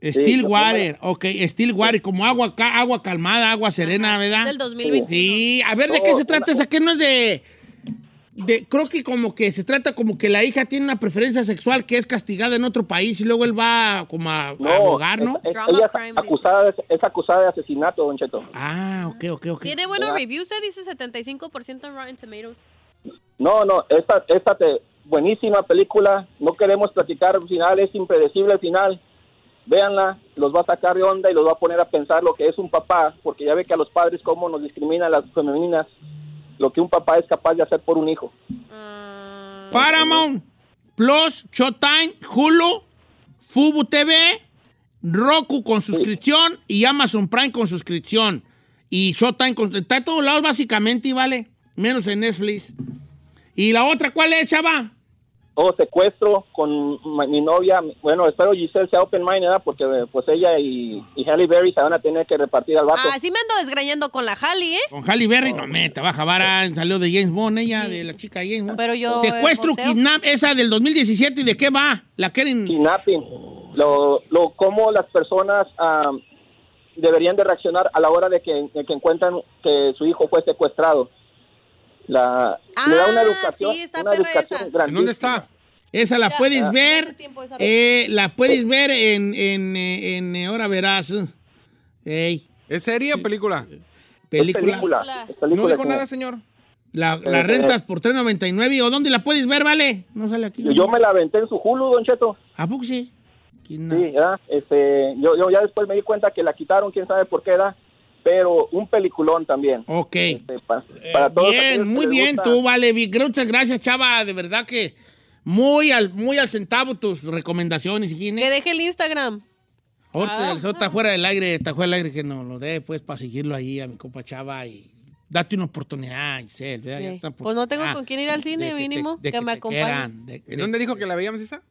S2: Steel
S9: yo- yo
S2: Water. Ok, Steel Water, como agua, ca- agua calmada, agua serena, ¿verdad?
S3: Del 2021.
S2: Sí, a ver, ¿de qué se trata esa? ¿Qué no es de...? de- creo que como que se trata como que la hija tiene una preferencia sexual que es castigada en otro país y luego él va como a, a abogar, ¿no?
S9: es- es-
S3: Drama
S9: ella es
S3: crime,
S9: acusada, de- es acusada de asesinato, Don Cheto.
S2: Ah, ok, ok, ok.
S3: eh, Tiene buenos reviews, se dice 75% en Rotten Tomatoes.
S9: No, no, esta, esta te- buenísima película. No queremos platicar el final, es impredecible el final. Véanla, los va a sacar de onda y los va a poner a pensar lo que es un papá, porque ya ve que a los padres cómo nos discriminan las femeninas, lo que un papá es capaz de hacer por un hijo.
S2: Paramount, Plus, Showtime, Hulu, Fubu TV, Roku con suscripción y Amazon Prime con suscripción. Y Showtime con... Está en todos lados básicamente y vale, menos en Netflix. ¿Y la otra cuál es, chava?
S9: O secuestro con ma- mi novia. Bueno, espero Giselle sea open minded, ¿verdad? porque eh, pues ella y, y Halle Berry se van a tener que repartir al vato.
S3: Así Ah, me ando desgrañando con la Jali, ¿eh?
S2: Con Halle Berry, no me, trabaja vara, ah, salió de James Bond ella, de la chica James Bond.
S3: Pero yo, eh,
S2: Secuestro,
S3: boxeo.
S2: kidnap, esa del 2017, ¿y de qué va? La quieren...
S9: kidnapping, lo, lo cómo las personas ah, deberían de reaccionar a la hora de que, de que encuentran que su hijo fue secuestrado. La, le da una educación, una educación
S4: Ah,
S9: grandísima.
S2: Esa la
S9: Ya,
S2: puedes
S3: ah,
S9: ya.
S2: ver.
S9: Hace tiempo esa
S2: eh,
S9: vez.
S2: la puedes ver en, en, eh, en, eh, Ahora Verás. ¿Es serie o película? Película.
S5: película, es película, No dijo señor. nada, señor.
S2: La, la
S5: Eh,
S2: rentas por 3.99. ¿O dónde la puedes ver, vale? No sale aquí.
S9: Yo, yo me la aventé en su Hulu, Don Cheto.
S2: ¿A poco sí? ¿Quién
S9: Sí, ya, este, yo, yo ya después me di cuenta que la quitaron, quién sabe por qué era, pero un peliculón también.
S2: Ok. Eh,
S9: para, Este, para todos aquellos
S2: Bien,
S9: que
S2: muy
S9: les
S2: bien,
S9: gusta.
S2: tú, vale. vi- Muchas gracias, chava. De verdad que muy al, muy al centavo tus recomendaciones, Gine.
S3: Que deje el Instagram.
S2: Ahorita ahorita está fuera del aire, está fuera del aire que no lo dé, pues, para seguirlo ahí a mi compa Chava y date una oportunidad, Giselle. ¿verdad? Ya
S3: Sí.
S2: está
S3: Pues no tengo
S2: oportunidad
S3: con quién ir al cine,
S2: de te-
S3: mínimo,
S2: de
S3: que me
S2: te
S3: acompañe.
S2: quieran, de- de-
S4: ¿En dónde dijo que la veíamos esa?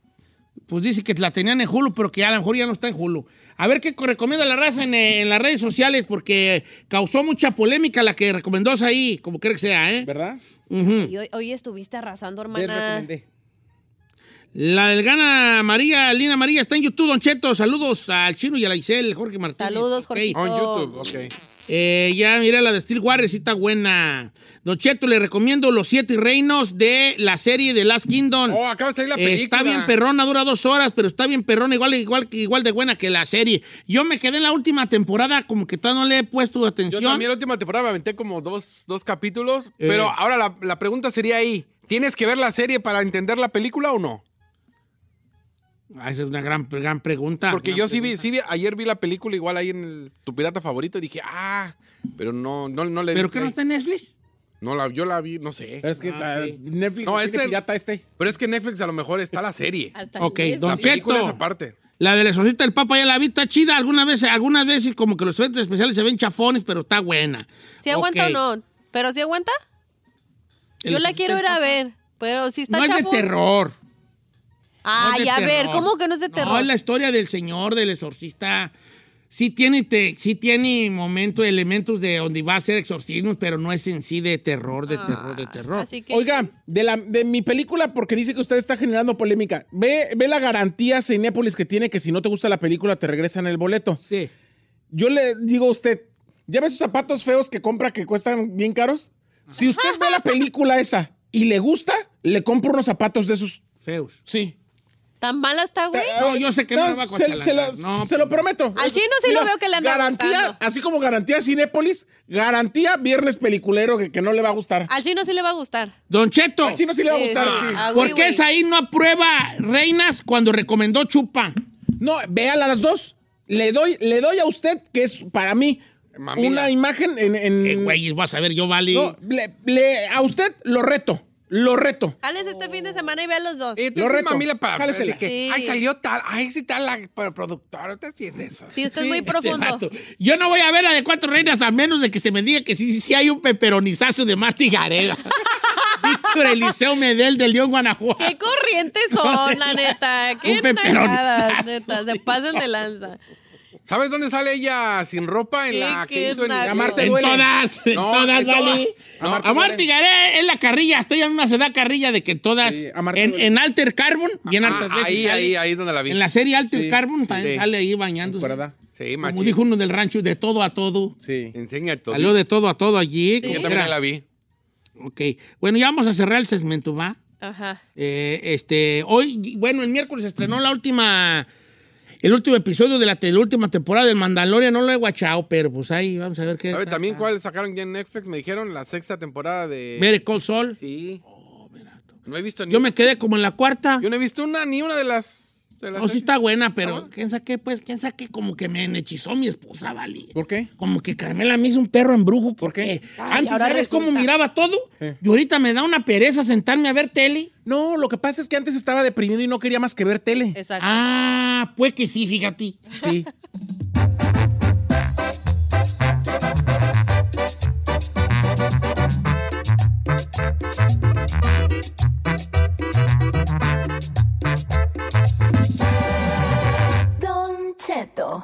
S2: Pues dice que la tenían en Hulu, pero que ya a lo mejor ya no está en Hulu. A ver qué co- recomienda la raza en, eh, en las redes sociales, porque causó mucha polémica la que recomendó ahí, como quiera que sea, ¿eh?
S5: ¿Verdad?
S3: Y hoy, hoy estuviste arrasando, hermana.
S2: La del Gana María, Lina María, está en YouTube, Don Cheto. Saludos al Chino y a la Isel, Jorge Martínez.
S3: Saludos,
S2: Ok.
S3: Jorgito. On YouTube,
S4: Oh, ok.
S2: Eh, ya, mira, la de Steel Warriors sí está buena. Don Cheto, le recomiendo Los Siete Reinos de la serie de Last Kingdom.
S4: Oh, acaba de salir la
S2: Eh,
S4: película.
S2: Está bien perrona, dura dos horas, pero está bien perrona, igual, igual, igual de buena que la serie. Yo me quedé en la última temporada, como que todavía no le he puesto
S4: Yo
S2: atención.
S4: también la última temporada me aventé como dos, dos capítulos, pero ahora la, la pregunta sería ahí, ¿tienes que ver la serie para entender la película o no?
S2: Ah, esa es una gran, gran pregunta.
S4: Porque
S2: gran
S4: yo sí vi, sí vi- ayer vi la película igual ahí en el- tu pirata favorito y dije, ah, pero no, no, no le
S2: ¿Pero
S4: di
S2: qué no
S4: play.
S2: está en Netflix?
S4: No, la, yo la vi, no sé.
S5: Pero es que
S2: Ah,
S5: ah,
S2: ok.
S5: Netflix
S4: No,
S5: no,
S4: es
S5: tiene
S4: el-
S5: pirata este.
S4: Pero es que en Netflix a lo mejor está la serie.
S3: Hasta
S2: Ok,
S3: ayer.
S2: Don
S4: la película
S2: Cheto.
S4: es aparte.
S2: La del exorcista del Papa ya la vi, está chida. Algunas veces, algunas veces como que los efectos especiales se ven chafones, pero está buena.
S3: ¿Sí aguanta
S2: Ok.
S3: o no? ¿Pero sí aguanta?
S2: El
S3: Yo la
S2: exorcista
S3: quiero
S2: del
S3: ir a
S2: Papa.
S3: ver. Pero sí está
S2: No es de
S3: chafón.
S2: terror.
S3: Ay,
S2: de
S3: a ver,
S2: terror.
S3: ¿cómo que no es de terror?
S2: No, es la historia del señor, del exorcista. Sí tiene, te, sí tiene momentos, elementos de donde va a ser exorcismos, pero no es en sí de terror, de terror, de terror.
S3: Ah, Así que
S5: Oiga, de, la, de mi película, porque dice que usted está generando polémica, ve, ve la garantía Cinépolis que tiene que si no te gusta la película te regresan el boleto.
S2: Sí.
S5: Yo le digo a usted, ¿ya ve sus zapatos feos que compra que cuestan bien caros? Si usted ve la película esa y le gusta, le compro unos zapatos de esos.
S2: Feos.
S5: Sí.
S3: ¿Tan mala está, güey?
S2: No, yo sé que no me va a
S5: se, se lo,
S2: cochalangar, no,
S5: se lo prometo.
S3: Al chino sí lo veo que le anda
S5: Garantía,
S3: gustando.
S5: así como garantía Cinépolis, garantía viernes peliculero que, que no le va a gustar.
S3: Al chino sí le va a gustar.
S2: Don Cheto.
S5: Al chino sí le va a
S3: Sí,
S5: gustar,
S3: sí.
S5: sí.
S3: Ah, güey,
S2: ¿Por qué
S3: güey.
S2: es ahí no aprueba Reinas cuando recomendó Chupa?
S5: No, véala las dos. Le doy, le doy a usted, que es para mí
S2: Mamila.
S5: una imagen en. en-
S2: Eh, güey, vas a ver, yo vale. Este
S5: No, le- le- a usted lo reto. Lo reto.
S3: Jales este fin de semana y ve a los dos.
S4: Y Eh, te
S5: Lo
S4: dice
S5: reto.
S4: mamila para
S5: Jálesela.
S4: de que,
S3: Sí.
S4: Ay, salió tal, ay, sí tal la pro- productora, ahorita sí es de eso.
S3: Sí, usted es
S5: Sí,
S3: muy
S5: este
S3: profundo.
S2: Vato, Yo no voy a ver la de Cuatro Reinas a menos de que se me diga que sí, sí, sí hay un peperonizazo de Marty Gareda. Víctor Eliseo Medel de León, Guanajuato.
S3: Qué corrientes son, la neta. Qué
S2: Un peperonizazo.
S3: nagadas, neta. Se pasan de lanza.
S4: ¿Sabes dónde sale ella sin ropa? En
S3: Qué-
S4: la
S3: qué
S4: que hizo en
S3: naco.
S5: Amarte
S2: En
S5: duele.
S2: todas, en
S4: No,
S2: todas,
S4: en todas.
S2: vale.
S4: No,
S2: a Marty Gareda es la carrilla, estoy en una ciudad carrilla de que todas.
S5: Sí, a Marty
S2: en,
S5: duele.
S2: en Alter Carbon y en
S4: Ah,
S2: altas veces.
S4: ahí,
S2: sale.
S4: ahí, ahí es donde la vi.
S2: En la serie Alter
S5: Sí,
S2: Carbon también
S4: sí.
S2: sale ahí bañándose.
S5: ¿Verdad?
S4: Sí,
S2: Como
S4: machín.
S2: dijo uno del rancho, de todo a todo.
S5: Sí.
S4: Enseña todo.
S2: Salió de todo a todo allí. como
S4: Yo
S2: quiera.
S4: también la vi.
S2: Ok. Bueno, ya vamos a cerrar el segmento, ¿va?
S3: Ajá.
S2: Eh, este, hoy, bueno, el miércoles se estrenó la última, el último episodio de la, te- la última temporada del Mandalorian. No lo he guachado, pero pues ahí vamos a ver qué.
S4: ¿Sabes también cuál sacaron ya en Netflix? Me dijeron la sexta temporada de...
S2: Mere Sol.
S4: Sí. No he visto ni
S2: Oh, Yo me quedé como en la cuarta.
S4: Yo no he visto una, ni una de las. De las
S2: No, sí está buena, pero quién sabe qué, pues, quién sabe qué, como que me hechizó mi esposa, Vali.
S5: ¿Por qué?
S2: Como que Carmela me hizo un perro embrujo, porque
S5: Ay,
S2: antes
S5: ahora
S2: sabes cómo
S5: resulta.
S2: miraba todo, y ahorita me da una pereza sentarme a ver tele.
S5: No, lo que pasa es que antes estaba deprimido y no quería más que ver tele.
S3: Exacto.
S2: Ah, pues que sí, fíjate.
S5: Sí.
S10: Don Cheto.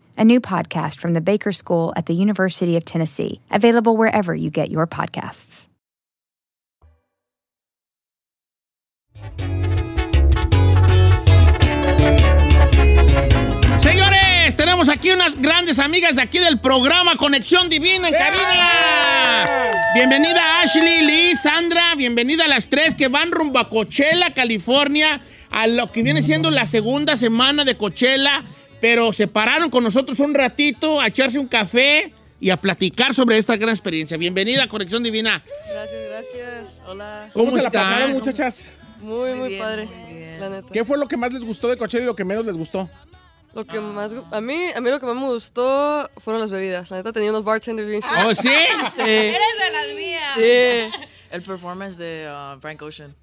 S11: a new podcast from the Baker School at the University of Tennessee, available wherever you get your podcasts.
S2: Señores, tenemos aquí unas grandes amigas de aquí del programa Conexión Divina en cabina. Bienvenida Ashley, Liz, Sandra, bienvenida a las tres que van rumbo a Coachella, California, a lo que viene siendo la segunda semana de Coachella, pero se pararon con nosotros un ratito a echarse un café y a platicar sobre esta gran experiencia. Bienvenida a Conexión Divina.
S6: Gracias, gracias. Hola.
S2: ¿Cómo
S5: ¿Cómo se la
S2: están?
S5: pasaron, muchachas?
S6: Muy, muy padre. La neta.
S5: ¿Qué fue lo que más les gustó de Coachella y lo que menos les gustó?
S6: Lo que más. A mí, a mí lo que más me gustó fueron las bebidas. La neta tenía unos bartenders bien
S4: Ah.
S6: chidos.
S2: ¿Oh, sí?
S6: Sí.
S12: de las mías.
S6: Sí.
S12: El performance de ah, Frank Ocean.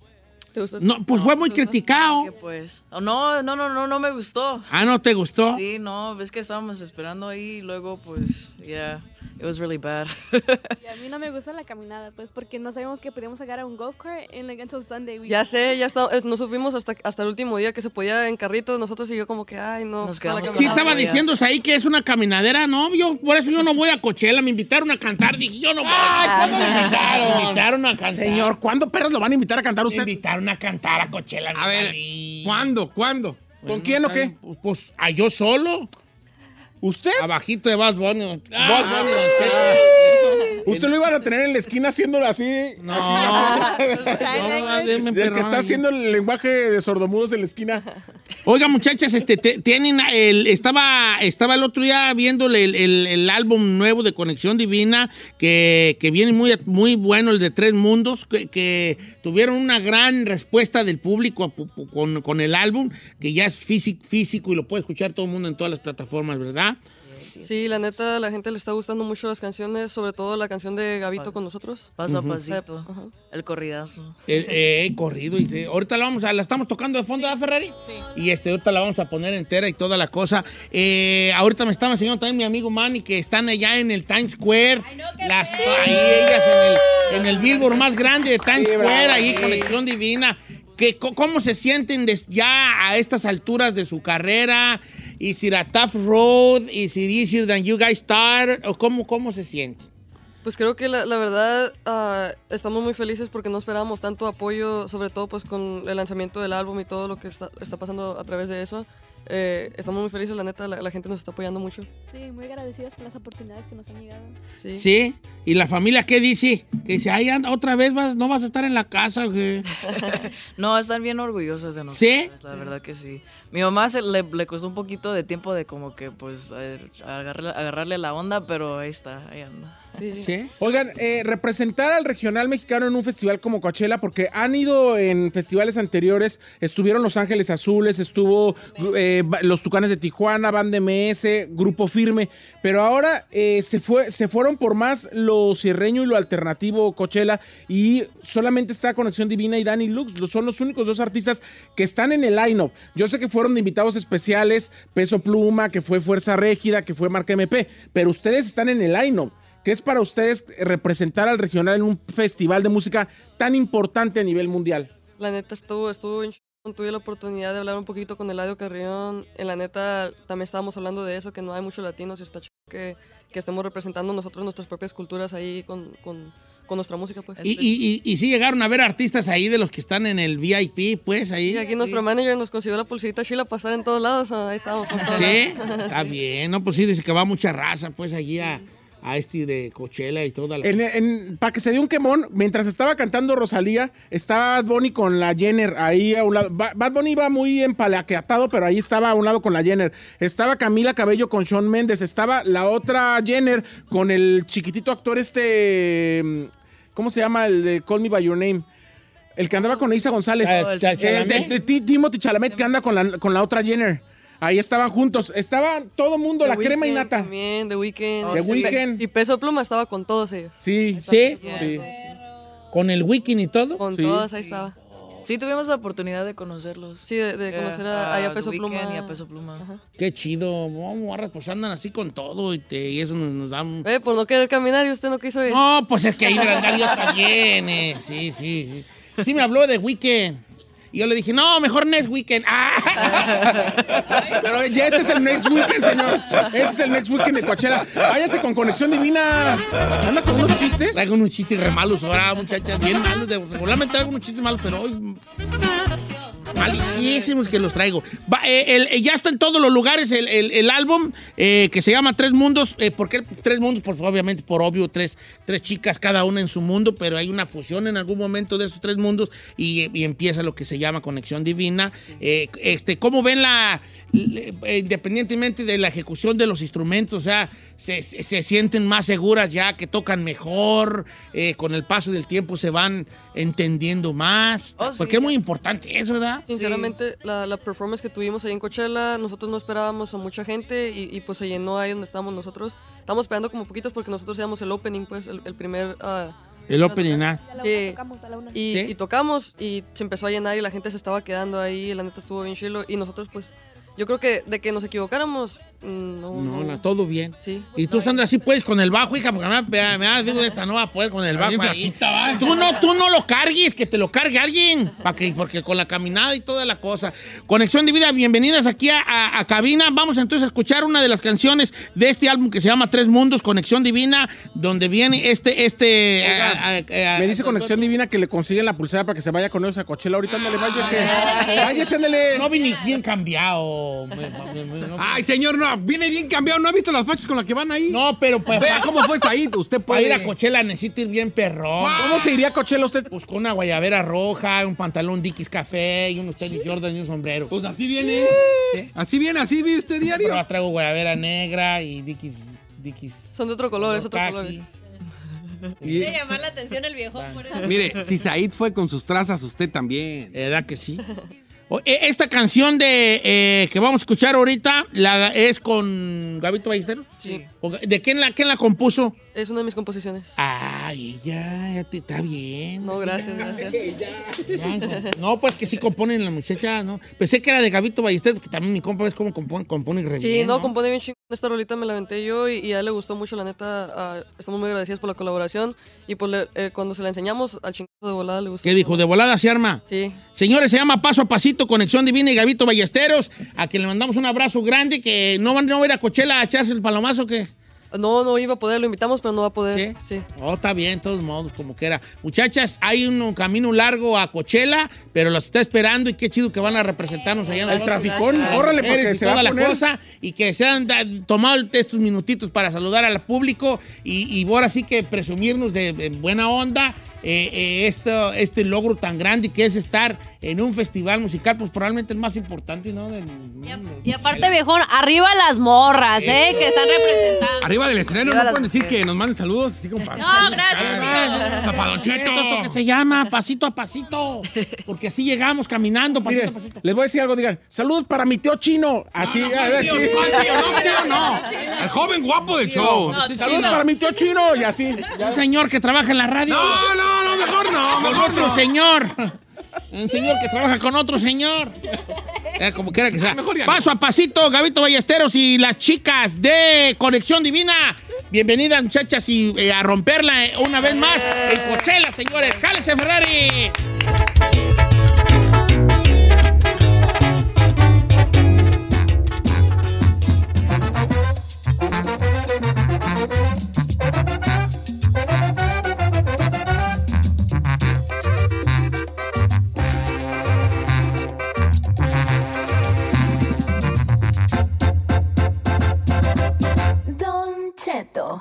S6: ¿Te gustó?
S2: No, pues fue muy
S12: ¿te gustó?
S2: criticado.
S12: Que, pues, oh, no, no, no, no, no me gustó.
S2: Ah, ¿no te gustó?
S12: Sí, no, es que estábamos esperando ahí y luego, pues, yeah, it was really bad.
S13: Y a mí no me gusta la caminada, pues, porque no sabíamos que podíamos llegar a un golf cart en like, until Sunday. we-
S6: Ya sé, ya está, es- nos subimos hasta, hasta el último día que se podía en carritos. Nosotros y yo, como que, ay, no. pues, está la
S2: Sí,
S6: caminada.
S2: estaba
S6: Ay, ya.
S2: diciendo ahí que es una caminadera. No, yo por eso yo no voy a Coachella. Me invitaron a cantar. Dije, yo no voy. ¿cuándo me invitaron? Me invitaron a cantar.
S5: Señor, ¿cuándo perros lo van a invitar a cantar usted?
S2: Me invitaron a cantar a Coachella. A ver,
S5: ¿Cuándo? ¿Cuándo? ¿Con
S2: Bueno,
S5: quién o
S2: está bien.
S5: qué?
S2: Pues a yo solo.
S5: ¿Usted?
S2: Abajito de Bad Bunny.
S5: Ah,
S2: Bad Bunny.
S5: ah,
S2: sí.
S5: ¿Usted lo iban a tener en la esquina haciéndolo así?
S2: No.
S5: así.
S2: denme
S5: Del que
S2: perrón.
S5: está haciendo el lenguaje de sordomudos en la esquina.
S2: Oiga, muchachas, este, te- tienen el, estaba, estaba el otro día viéndole el, el- el álbum nuevo de Conexión Divina, que, que viene muy, muy bueno, el de Tres Mundos, que, que tuvieron una gran respuesta del público a pu- pu- con, con el álbum, que ya es físico, físico y lo puede escuchar todo el mundo en todas las plataformas, ¿verdad?
S6: Sí, la neta, la gente le está gustando mucho las canciones, sobre todo la canción de Gabito con nosotros.
S12: Paso a
S2: Ujú.
S12: pasito, el corridazo.
S2: El, eh, corrido. Y, de- ahorita la vamos a, la estamos tocando de fondo, ¿verdad, Ferrari? Y este, ahorita la vamos a poner entera y toda la cosa. Eh, ahorita me estaba enseñando también mi amigo Manny que están allá en el Times Square. las, ahí ellas en el, en el billboard más grande de Times
S5: Sí,
S2: Square,
S5: bravo,
S2: ahí,
S5: sí.
S2: Conexión Divina. Que, co- ¿Cómo se sienten des- ya a estas alturas de su carrera? ¿Is it a tough road? ¿Is it easier than you guys start? ¿O cómo, cómo se sienten?
S6: Pues creo que la, la verdad ah, estamos muy felices porque no esperábamos tanto apoyo, sobre todo pues con el lanzamiento del álbum y todo lo que está, está pasando a través de eso. Eh, estamos muy felices, la neta, la, la gente nos está apoyando mucho.
S13: Sí, muy agradecidas por las oportunidades que nos han llegado.
S6: Sí.
S2: Sí. ¿Y la familia qué dice? Que dice, ay, anda, otra vez vas- no vas a estar en la casa. güey".
S12: No, están bien orgullosas de nosotros.
S2: ¿Sí?
S12: La verdad que sí. Mi mamá se le, le costó un poquito de tiempo de como que pues a- agarrarle, agarrarle la onda, pero ahí está, ahí anda.
S5: Sí. Oigan, eh, representar al regional mexicano en un festival como Coachella, porque han ido en festivales anteriores, estuvieron Los Ángeles Azules, estuvo eh, ba- Los Tucanes de Tijuana, Band MS, Eh, Grupo Firme, pero ahora eh, se, fue, se fueron por más lo cierreño y lo alternativo Coachella y solamente está Conexión Divina y Danny Lux, los- son los únicos dos artistas que están en el line-up. Yo sé que fueron de invitados especiales, Peso Pluma, que fue Fuerza Régida, que fue Marca MP, pero ustedes están en el line-up. ¿Qué es para ustedes representar al regional en un festival de música tan importante a nivel mundial?
S6: La neta estuvo, estuvo bien chingón. Tuve la oportunidad de hablar un poquito con Eladio Carrión. En la neta también estábamos hablando de eso, que no hay muchos latinos y está chingón que, que estemos representando nosotros nuestras propias culturas ahí con, con- con nuestra música, pues.
S2: Y, y, y, y sí llegaron a ver artistas ahí de los que están en el VIP, pues ahí.
S6: Y aquí nuestro manager nos consiguió la pulsita Sheila para estar en todos lados. ah, Ahí estábamos. con todos
S2: Sí,
S6: lados.
S2: está bien, no, pues sí, dice que va mucha raza, pues allí a, a este de Coachella y toda la.
S5: En- en- para que se dé un quemón, mientras estaba cantando Rosalía, estaba Bad Bunny con la Jenner ahí a un lado. Ba- Bad Bunny iba muy empalaqueatado, pero ahí estaba a un lado con la Jenner. Estaba Camila Cabello con Sean Méndez. Estaba la otra Jenner con el chiquitito actor este... mm, ¿Cómo se llama? El de Call Me By Your Name. El que andaba con Isa González.
S2: Ah, el Ch-
S5: El- el-
S2: Chalamet.
S5: el- Ti- Timothy Chalamet que anda con la, con la otra Jenner. Ahí estaban juntos. Estaba todo el mundo,
S6: The
S5: la crema y
S6: Weeknd
S5: nata. Oh,
S6: También, The Weeknd.
S5: The
S6: Y Pe-
S5: Weeknd.
S6: Y Peso Pluma estaba con todos ellos.
S5: Sí,
S2: sí.
S6: Sí.
S2: Con el Wikin y todo.
S6: Con
S2: Sí.
S6: todos, ahí estaba.
S12: Sí, tuvimos la oportunidad de conocerlos.
S6: Sí, de, de conocer a, ahí a Peso Pluma.
S12: Y a Peso Pluma.
S2: Qué chido, no, morras, pues andan así con todo y, te- y eso nos, nos da un.
S6: Eh, por no querer caminar y usted no quiso ir.
S2: No, pues es que ahí Brandal yo también, eh, sí, sí, sí. Sí me habló de Weekend. Y yo le dije, no, mejor Next Weekend. Ah.
S5: Pero ya este es el next weekend, señor. Este es el next weekend de Coachella. Váyase con conexión divina. Anda con unos chistes.
S2: Traigo unos chistes re malos ahora, muchachas, bien malos. de- Regularmente traigo unos chistes malos, pero hoy. Malísimos que los traigo. Va, eh, el- eh, ya está en todos los lugares el, el- el álbum eh, que se llama Tres Mundos. Eh, ¿Por qué Tres Mundos? Pues obviamente, por obvio, tres, tres chicas, cada una en su mundo, pero hay una fusión en algún momento de esos tres mundos y, y empieza lo que se llama Conexión Divina. Eh, este, ¿Cómo ven la. le- eh, independientemente de la ejecución de los instrumentos, o sea, se, se- se sienten más seguras ya, que tocan mejor, eh, con el paso del tiempo se van entendiendo más. porque es muy importante eso, ¿verdad?
S6: Sinceramente, la, la performance que tuvimos ahí en Coachella, nosotros no esperábamos a mucha gente y, y, pues se llenó ahí donde estábamos nosotros. Estábamos esperando como poquitos porque nosotros éramos el opening, pues, el, el primer... ah,
S2: El opening, ah.
S13: A la
S6: Sí.
S13: una tocamos, a la una.
S6: Y,
S13: Sí.
S6: y tocamos y se empezó a llenar y la gente se estaba quedando ahí, y la neta estuvo bien chilo y nosotros pues, yo creo que de que nos equivocáramos, mm, no,
S2: No,
S6: no.
S2: la- todo bien.
S6: Sí.
S2: Y tú, Sandra, sí puedes con el bajo, hija, porque me, me, me digo, esta no va a poder con el bajo. ahí. Tú no, tú no lo cargues, que te lo cargue alguien, para que, porque con la caminada y toda la cosa. Conexión de vida, bienvenidas aquí a, a- a cabina. Vamos entonces a escuchar una de las canciones de este álbum que se llama Tres Mundos, Conexión Divina, donde viene este, este. a- a- a-
S5: Me dice conexión divina que le consiguen la pulsera para que se vaya con ellos a Coachella. Ahorita ándale, váyase. Váyase, ándale.
S2: No vine bien cambiado.
S4: Ay, señor, no, viene bien cambiado. ¿No ha visto las fachas con las que van ahí?
S2: No, pero pues.
S4: Vea cómo fue Said. Usted
S2: Para
S4: puede
S6: Pues.
S2: ir a Coachella necesito ir bien perrón.
S5: ¿Cómo se iría a Coachella usted?
S2: Pues con una guayabera roja, un pantalón Dickies café y unos tenis Jordan y un sombrero.
S4: Pues así viene. Así viene, así vive usted diario.
S2: Pero traigo guayabera negra y Dickies. Dickies.
S6: Son de otro color, es otro
S2: Khaki.
S6: color.
S4: Y-
S3: Quiere llamar la atención el viejo. por eso.
S4: Mire, si Said fue con sus trazas, usted también.
S2: ¿Verdad que sí? O- e- Esta canción de eh, que vamos a escuchar ahorita la, es con Gabito Ballesteros.
S6: Sí.
S2: ¿O- ¿De quién la, quién la compuso?
S6: Es una de mis composiciones.
S2: Ay, ella, ya te está bien.
S6: No, gracias, gracias.
S2: Ya, No, pues que sí componen la muchacha, ¿no? Pensé que era de Gabito Ballesteros, que también mi compa es como compone, compone re
S6: Sí,
S2: bien,
S6: no, compone bien chingón. Esta rolita me la aventé yo y, y a él le gustó mucho, la neta. ah, estamos muy agradecidos por la colaboración. Y pues le- eh, cuando se la enseñamos, al chingado de volada le gustó.
S2: ¿Qué dijo? ¿De volada se arma?
S6: Sí.
S2: Señores, se llama Paso a Pasito, Conexión Divina y Gabito Ballesteros, a quien le mandamos un abrazo grande, que no van no va a ir a Cochela a echarse el palomazo, que
S6: No, no iba a poder, lo invitamos, pero no va a poder. Sí.
S2: Oh, está bien, de todos modos, como quiera. Muchachas, hay un camino largo a Cochela, pero los está esperando y qué chido que van a representarnos allá en
S5: Al traficón, órale, porque
S2: mujeres y
S5: se va
S2: toda
S5: a
S2: la
S5: poner.
S2: cosa, y que se han da- tomado estos minutitos para saludar al público y, y ahora sí que presumirnos de, de buena onda eh, eh, esto, este logro tan grande que es estar en un festival musical, pues probablemente el más importante, ¿no? Del mundo.
S3: Y aparte, viejón, arriba las morras, ¿eh? Que están representando.
S2: Arriba del
S5: escenario no pueden decir que nos manden saludos así como para-
S3: No, gracias.
S2: Ah,
S3: no.
S2: Don Cheto. Esto es lo que se llama pasito a pasito, porque así llegamos caminando pasito
S5: Mire,
S2: a pasito.
S5: les voy a decir algo, digan, saludos para mi tío chino. Así,
S2: no,
S5: a
S2: no,
S5: ver,
S2: tío,
S5: sí.
S2: no, tío, no, tío,
S5: no. El joven guapo del
S2: show. No,
S5: saludos
S2: chino.
S5: para mi tío chino y así.
S2: Un señor que trabaja en la radio.
S5: No,
S2: no, no, mejor no. Con
S5: mejor
S2: otro
S5: no.
S2: señor. Un señor que trabaja con otro señor. Eh, como quiera que sea.
S5: Mejor ya no.
S2: Paso a pasito, Gabito Ballesteros y las chicas de Conexión Divina. Bienvenidas, muchachas, y eh, a romperla eh, una vez más en Coachella, señores. ¡Jálese, Ferrari!
S10: Don Cheto.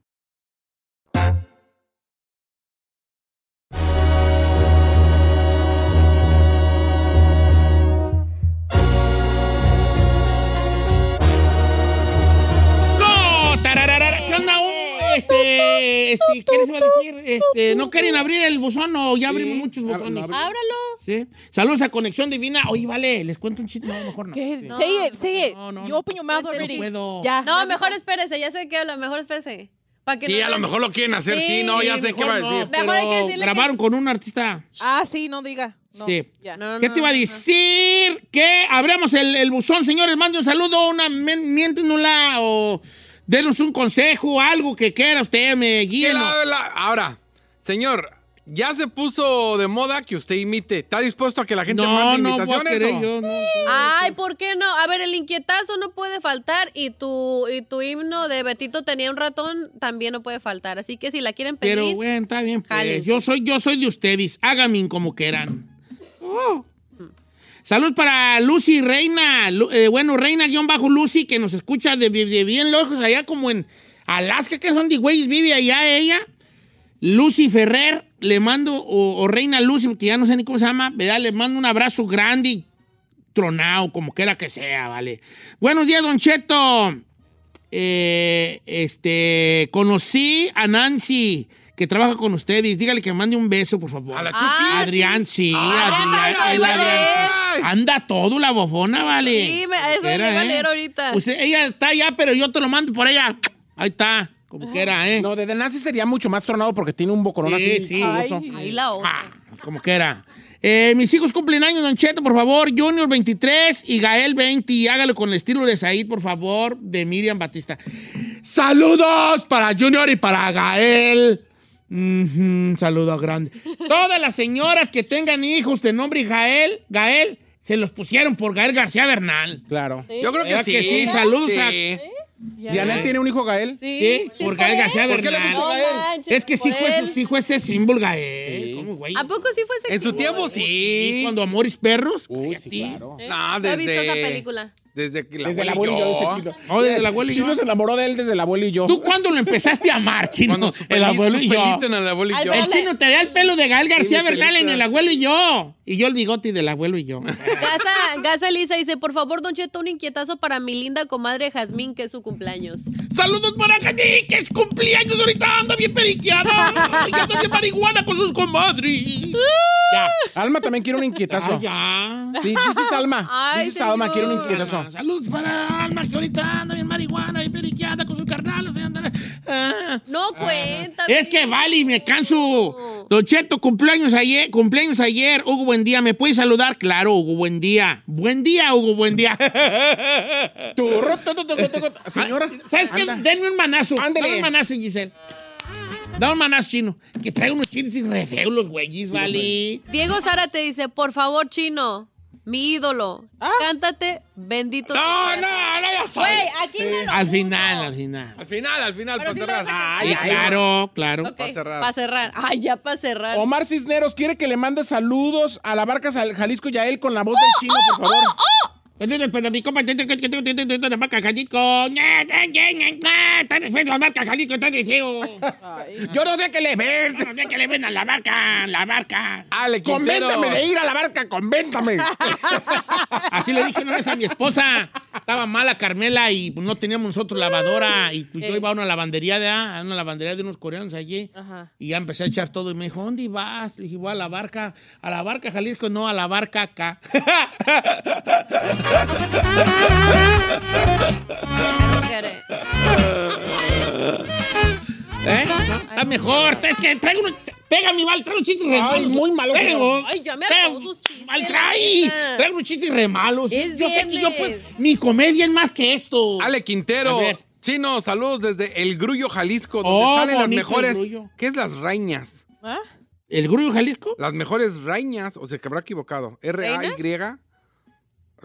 S2: ¡Go! Tararara. ¿Qué onda? Oh, Este, este, ¿qué les iba a decir? Este, ¿no quieren abrir el buzón o ya abrimos muchos buzones?
S3: Ábralo.
S2: Sí. Saludos a Conexión Divina. Oye, vale, les cuento un chiste. No, mejor no.
S14: No, say it, say it. you open your mouth already.
S2: puedo.
S14: Ya.
S3: No, mejor espérese, ya sé que habla, mejor espérese. Pa' que
S4: Sí,
S3: no-
S4: a lo mejor lo quieren hacer, sí, no, ya sé qué va a decir.
S3: Mejor hay que
S2: pero
S3: decirle que-
S2: grabaron con un artista.
S14: Ah, sí, no diga. No,
S2: Sí.
S14: ya.
S2: ¿Qué te iba a decir? Que abramos el, el buzón, señores. Mande un saludo, una men- miéntenula o denos un consejo, algo que quiera usted, me guíe.
S4: La- la- ahora, señor, ya se puso de moda que usted imite. ¿Está dispuesto a que la gente
S2: No,
S4: mande
S2: no voy a
S4: invitaciones?
S2: querer
S4: o?
S2: yo, no.
S3: Ay, ¿por qué no? A ver, el inquietazo no puede faltar y tu, y tu himno de Betito tenía un ratón también no puede faltar. Así que si la quieren pedir.
S2: Pero bueno, está bien. pues.
S3: Jalen.
S2: Yo soy, yo soy de ustedes. Háganme como quieran. Salud para Lucy Reina. Lu- eh, bueno, Reina guión bajo Lucy, que nos escucha de, bi- de bien lejos, allá como en Alaska, que son de güeyes, vive allá ella. Lucy Ferrer, le mando, o, o Reina Lucy, porque ya no sé ni cómo se llama, ¿verdad? Le mando un abrazo grande y tronado, como quiera que sea, ¿vale? Buenos días, Don Cheto. Eh, este, conocí a Nancy, que trabaja con ustedes. Dígale que me mande un beso, por favor. A la
S3: Chucky? Ah,
S2: Adrián, sí.
S3: Ah,
S2: Adrián,
S3: eso iba a
S2: Adrián,
S3: leer.
S2: sí. Anda todo la bofona, vale.
S3: Sí, me- eso
S2: Como
S3: le
S2: quiera,
S3: iba a
S2: ¿eh?
S3: leer ahorita.
S2: Usted- ella está allá, pero yo te lo mando por ella. Ahí está, como quiera, ¿eh?
S5: No, desde Nancy sería mucho más tronado porque tiene un bocorón
S2: Sí,
S5: así.
S2: sí.
S5: jugoso.
S3: Ahí
S2: ah,
S3: la otra.
S2: como quiera. Eh, mis hijos cumplen años, Don Cheto, por favor. Junior 23 y Gael 20. Y hágalo con el estilo de Said, por favor, de Miriam Batista. Saludos para Junior y para Gael. Ujú, saludo grande. Todas las señoras que tengan hijos de nombre Gael, Gael, se los pusieron por Gael García Bernal.
S5: Claro.
S4: Yo creo que
S2: ¿Verdad
S4: sí.
S2: saludos
S4: Sí.
S2: a-
S5: Dianel tiene un hijo Gael.
S2: Sí, por Gael García
S4: ¿Por qué le
S2: Bernal.
S4: puso Gael?
S3: No manches,
S2: Es que sí
S3: por
S2: fue,
S3: él.
S2: ese- sí fue ese símbolo, Gael. ¿Cómo, güey?
S3: ¿A poco sí fue ese
S2: En su tiempo, sí. Cuando Amores Perros. Uy, sí, No,
S3: No he ¿Eh? visto esa película.
S4: Desde que la
S15: Desde el
S4: abuela
S15: abuelo y yo, ese chino. No, desde el abuelo y yo.
S4: Chino se
S15: enamoró de él desde el abuelo y yo. ¿Tú
S2: cuándo lo empezaste a amar, chino?
S4: Cuando su
S2: el
S4: pelito-
S2: abuelo y
S4: su
S2: yo.
S4: pelito en el abuelo y Al yo.
S2: El
S4: verle-
S2: chino te da el pelo de Gael García
S4: Sí, mis
S2: Bernal en
S4: pelitas.
S2: el abuelo y yo. Y yo el bigote del abuelo y yo.
S3: Gaza, Gaza Elisa dice, por favor, Don Cheto, un inquietazo para mi linda comadre Jazmín, que es su cumpleaños.
S2: ¡Saludos para Jenny, que es cumpleaños ahorita! ¡Anda bien periqueada! ¡Ya anda bien marihuana con sus comadres!
S5: Alma también quiere un inquietazo.
S2: ya.
S5: Sí, dices Alma.
S2: Ay,
S5: dices Alma,
S2: señor.
S5: quiere un inquietazo.
S2: Alma, Saludos para Alma, que ahorita anda bien marihuana, bien periqueada con sus carnalos. ahí andan. Ah.
S3: No cuenta.
S2: Es que vale, me canso. Don Cheto, cumpleaños ayer, cumpleaños ayer. Hugo, buen día. ¿Me puedes saludar? Claro, Hugo, buen día. Buen día, Hugo, buen día. Señora. ¿Sabes qué?
S15: Anda.
S2: Denme un manazo.
S15: Ándele.
S2: Dame un manazo, Giselle. Dame un manazo chino. Que traiga unos chinos y re feos los güeyes, vale.
S3: Diego Sara te dice, por favor, chino, mi ídolo, cántate bendito.
S2: Ah. No,
S3: tu
S2: no,
S3: corazón".
S2: no, ya sabes.
S3: Güey, aquí
S2: Sí.
S3: me lo
S2: Al
S3: puso.
S2: final, al final.
S4: Al final, al final, pues,
S3: Pero
S4: para
S3: sí
S4: cerrar.
S2: Ay, claro, Oh, claro.
S3: Ok, Para cerrar. Ay, ya para cerrar.
S5: Omar Cisneros quiere que le mande saludos a la barca Sal- Jalisco y a él con la voz del chino, por favor.
S2: Yo no sé que le ven, no sé que le ven a la barca, la barca.
S4: Ale,
S5: Convéntame de ir a la barca, convéntame.
S2: Así le dije una vez a mi esposa. Estaba mala Carmela y no teníamos nosotros lavadora. Y pues yo
S14: Ey.
S2: iba a una lavandería de a una lavandería de unos coreanos allí.
S14: Ajá.
S2: Y ya empecé a echar todo y me dijo, ¿dónde vas? Le dije, voy a la barca, a la barca Jalisco, no, a la barca acá. ¿Eh? Está mejor, es que traigo unos... Pégame, mal, traigo chistes re malos.
S5: Ay, muy malos.
S2: Traigo.
S3: Ay, ya me
S2: Traigo-
S3: arrojó sus chistes.
S2: Mal
S3: la
S2: trae.
S3: neta.
S2: Traigo unos chistes re malos.
S3: Es
S2: yo sé que yo
S3: viernes.
S2: puedo... Mi comedia es más que esto.
S4: Ale Quintero.
S2: A ver.
S4: Chino, saludos desde El Grullo, Jalisco, donde
S2: Oh,
S4: salen las
S2: bonito
S4: mejores.
S2: El Grullo.
S4: ¿Qué es las rañas?
S14: ¿Ah?
S2: ¿El Grullo, Jalisco?
S4: Las mejores rañas, o sea, que habrá equivocado. R-A-Y.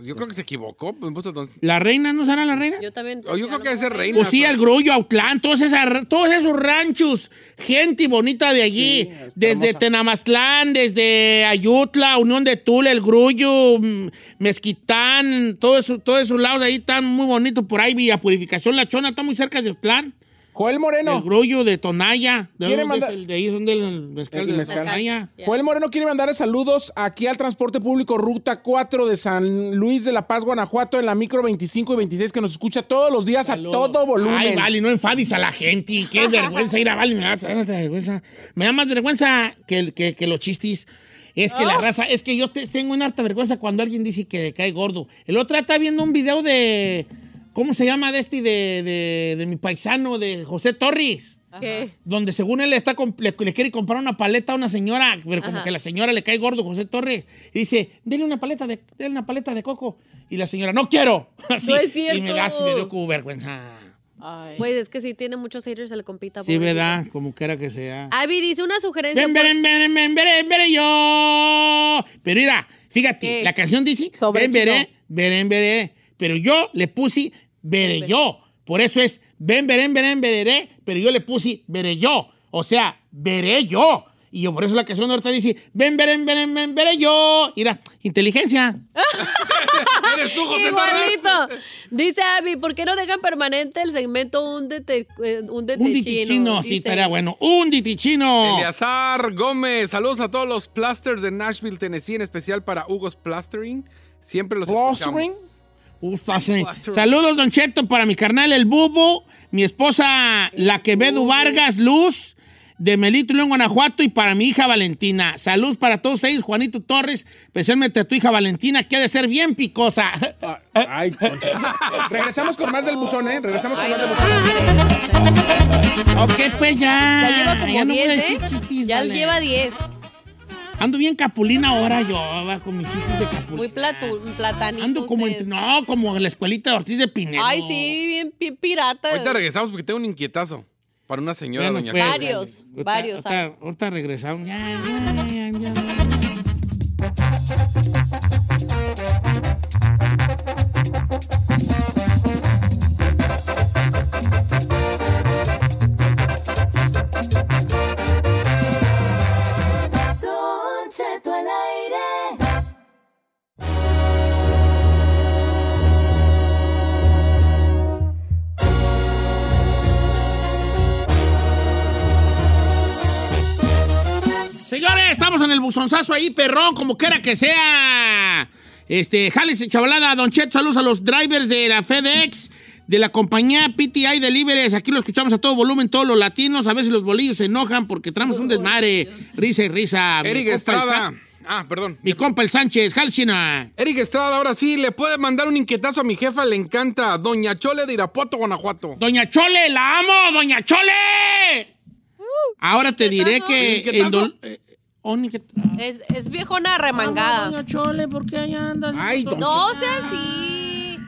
S4: Yo creo que se equivocó. pues, puso entonces.
S2: ¿La reina no será la reina?
S3: Yo también.
S4: O yo creo que ese reina.
S2: Pues sí, el Grullo, Autlán, todos, esas- todos esos ranchos, gente bonita de allí, desde Tenamaztlán, desde Ayutla, Unión de Tula, el Grullo, mm, Mezquitán, todos esos todos esos lados ahí están muy bonitos por ahí, Villa Purificación, La Chona está muy cerca de Autlán.
S5: Joel Moreno.
S2: El Grullo de Tonaya, de,
S5: ¿Quiere
S2: dónde es
S5: mandar-
S2: el de ahí, donde el mezcal
S5: El
S2: de
S5: mezcal.
S2: Tonaya.
S5: Joel Moreno quiere mandar saludos aquí al transporte público Ruta 4 de San Luis de La Paz, Guanajuato, en la micro 25 y 26, que nos escucha todos los días a todo volumen.
S2: Ay, vale, no enfades a la gente. y Qué vergüenza ir a vale. Me da tanta vergüenza. Me da más vergüenza que, el- que, que los chistis. Es que
S5: Ah.
S2: la raza, es que yo te- tengo una harta vergüenza cuando alguien dice que cae gordo. El otro día estaba viendo un video de. ¿Cómo se llama de este? De, de- de mi paisano, de José Torres.
S3: ¿Qué?
S2: Donde según él está comp- le, le quiere comprar una paleta a una señora, pero como
S3: Ajá.
S2: que la señora le cae gordo José Torres. Y dice, dele una paleta de, dele una paleta de coco. Y la señora, no quiero. Así.
S3: No es
S2: Y me
S3: cierto.
S2: da, me dio como vergüenza.
S3: Pues es que sí tiene muchos haters el compita.
S2: Sí,
S3: pobre.
S2: ¿verdad? Como quiera que sea.
S3: Avi dice una sugerencia.
S2: Ven, ven, ven, ven, ven, ven, yo. Pero mira, fíjate, la canción dice, ven, veré, veré, veré. Pero yo le puse, veré yo. Por eso es, ven, veré, veré, veré, pero yo le puse, veré yo. O sea, veré yo. Y yo por eso la canción ahorita dice, ven, veré, veré, ven, veré yo. Mira, inteligencia.
S4: Eres tú, José
S3: Igualito. Dice Abby, ¿por qué no dejan permanente el segmento un dete, eh, un
S2: Un
S3: detechino?
S2: ditichino, sí,
S3: Dice.
S2: estaría bueno. Un ditichino.
S4: Eleazar Gómez, saludos a todos los plasters de Nashville, Tennessee, en especial para Hugo's Plastering. Siempre los
S5: ¿Plastering?
S2: Uf, así. Saludos, Don Cheto, para mi carnal El Bubo, mi esposa La Quevedo Vargas Luz, de Melito León, Guanajuato, y para mi hija Valentina. Saludos para todos ellos, Juanito Torres, especialmente a tu hija Valentina, que ha de ser bien picosa.
S5: Ay, Regresamos con más del buzón, ¿eh? Regresamos con más del buzón.
S2: Ok, pues ya.
S3: Ya lleva como
S2: Ya no voy a
S3: 10,
S2: decir
S3: ¿eh?
S2: chistes,
S3: Ya
S2: vale.
S3: lleva 10.
S2: Ando bien capulina ahora yo, va, con mis chistes de capulina.
S3: Muy platu, platanito.
S2: Ando como,
S3: usted.
S2: en- no, como en la escuelita de Ortiz de Pinedo.
S3: Ay, sí, bien, bien pirata.
S4: Ahorita regresamos porque tengo un inquietazo para una señora,
S2: Bueno,
S4: doña
S2: pues,
S4: Claudia.
S3: Varios, varios. ah.
S2: Ahorita, ahorita regresamos. Ya, ya, ya, ya.
S10: Don Cheto al aire.
S2: Estamos en el buzonzazo ahí, perrón, como quiera que sea. Este, jálese, chavalada. Don Chet, saludos a los drivers de la FedEx, de la compañía PTI Deliveries. Aquí lo escuchamos a todo volumen, todos los latinos. A veces los bolillos se enojan porque traemos un desmadre. Risa y risa. Mi
S4: Eric
S2: compa el
S4: Estrada.
S2: San-
S4: Ah, perdón.
S2: Mi compa el Sánchez, Halsina.
S4: Eric Estrada, ahora sí, le puede mandar un inquietazo a mi jefa, le encanta. Doña Chole de Irapuato, Guanajuato.
S2: Doña Chole, la amo, Doña Chole. Ahora te diré que... el
S4: Inquietazo.
S2: dol- eh, un inquiet-
S3: Es, es viejona remangada.
S2: Doña Chole, ¿por qué allá andas? Ay, don
S3: No sea así.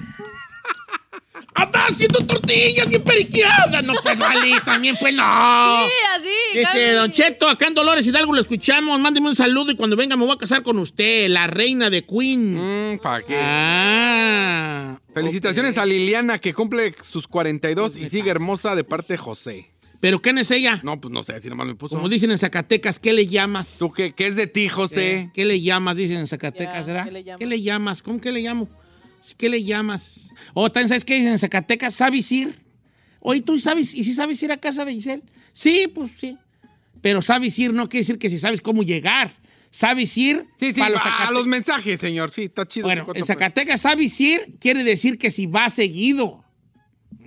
S2: ¡Anda haciendo tortillas bien periqueadas! No, pues vale, también pues no.
S3: Sí, así.
S2: Dice,
S3: casi.
S2: Don Cheto, acá en Dolores Hidalgo lo escuchamos. Mándeme un saludo y cuando venga me voy a casar con usted, la reina de Queen.
S4: ¿Para qué?
S2: Ah.
S4: Felicitaciones a Liliana, que cumple sus 42 y sigue hermosa de parte de José.
S2: ¿Pero quién es ella?
S4: No, pues no sé, si nomás me puso.
S2: Como dicen en Zacatecas, ¿qué le llamas?
S4: ¿Tú qué, qué es de ti, José?
S2: Eh, ¿Qué le llamas? Dicen en Zacatecas,
S4: Ya,
S2: ¿verdad?
S4: ¿qué le llamas?
S2: ¿Qué le llamas? ¿Cómo que le llamo? ¿Qué le llamas? O también, ¿sabes qué dicen en Zacatecas? ¿Sabes ir? Oye, ¿tú sabes? ¿Y si sabes ir a casa de Giselle? Sí, pues sí. Pero sabes ir no quiere decir que si sabes cómo llegar. Sabes ir
S4: Sí, sí,
S2: pa'
S4: a
S2: Zacate-
S4: los mensajes, señor. Sí, está chido.
S2: Bueno,
S4: Cuatro,
S2: en
S4: pues.
S2: Zacatecas sabes ir quiere decir que si va seguido.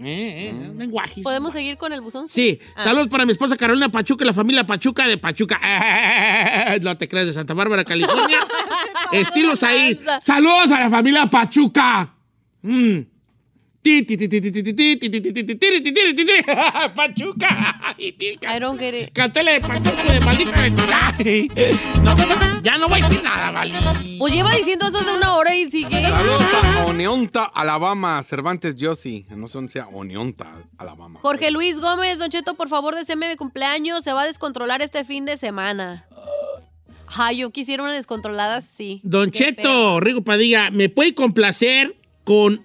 S2: Eh, eh, lenguajes.
S3: ¿Podemos seguir con el buzón?
S2: Sí,
S3: Ah.
S2: saludos para mi esposa Carolina Pachuca y la familia Pachuca de Pachuca. No te creas, de Santa Bárbara, California. Estilos ahí. Saludos a la familia Pachuca. Mm. Ti, ti, ti, ti, ti, ti, ti, ti, ti, ti, ti, ti, ti, ti, ti, ti, ti, ti. Pachuca. I
S3: don't get it.
S2: Cantele de Pachuca de maldita vecindad. No, ya no voy a decir nada, vale.
S3: Pues lleva diciendo eso hace una hora y sigue.
S4: Saludos a Oneonta, Alabama, Cervantes Yossi. No sé dónde sea Oneonta, Alabama.
S3: Jorge Luis Gómez, Don Cheto, por favor, deséame mi cumpleaños. Se va a descontrolar este fin de semana. Ay, yo quisiera una descontrolada, sí.
S2: Don Cheto, Rigo Padilla, ¿me puede complacer con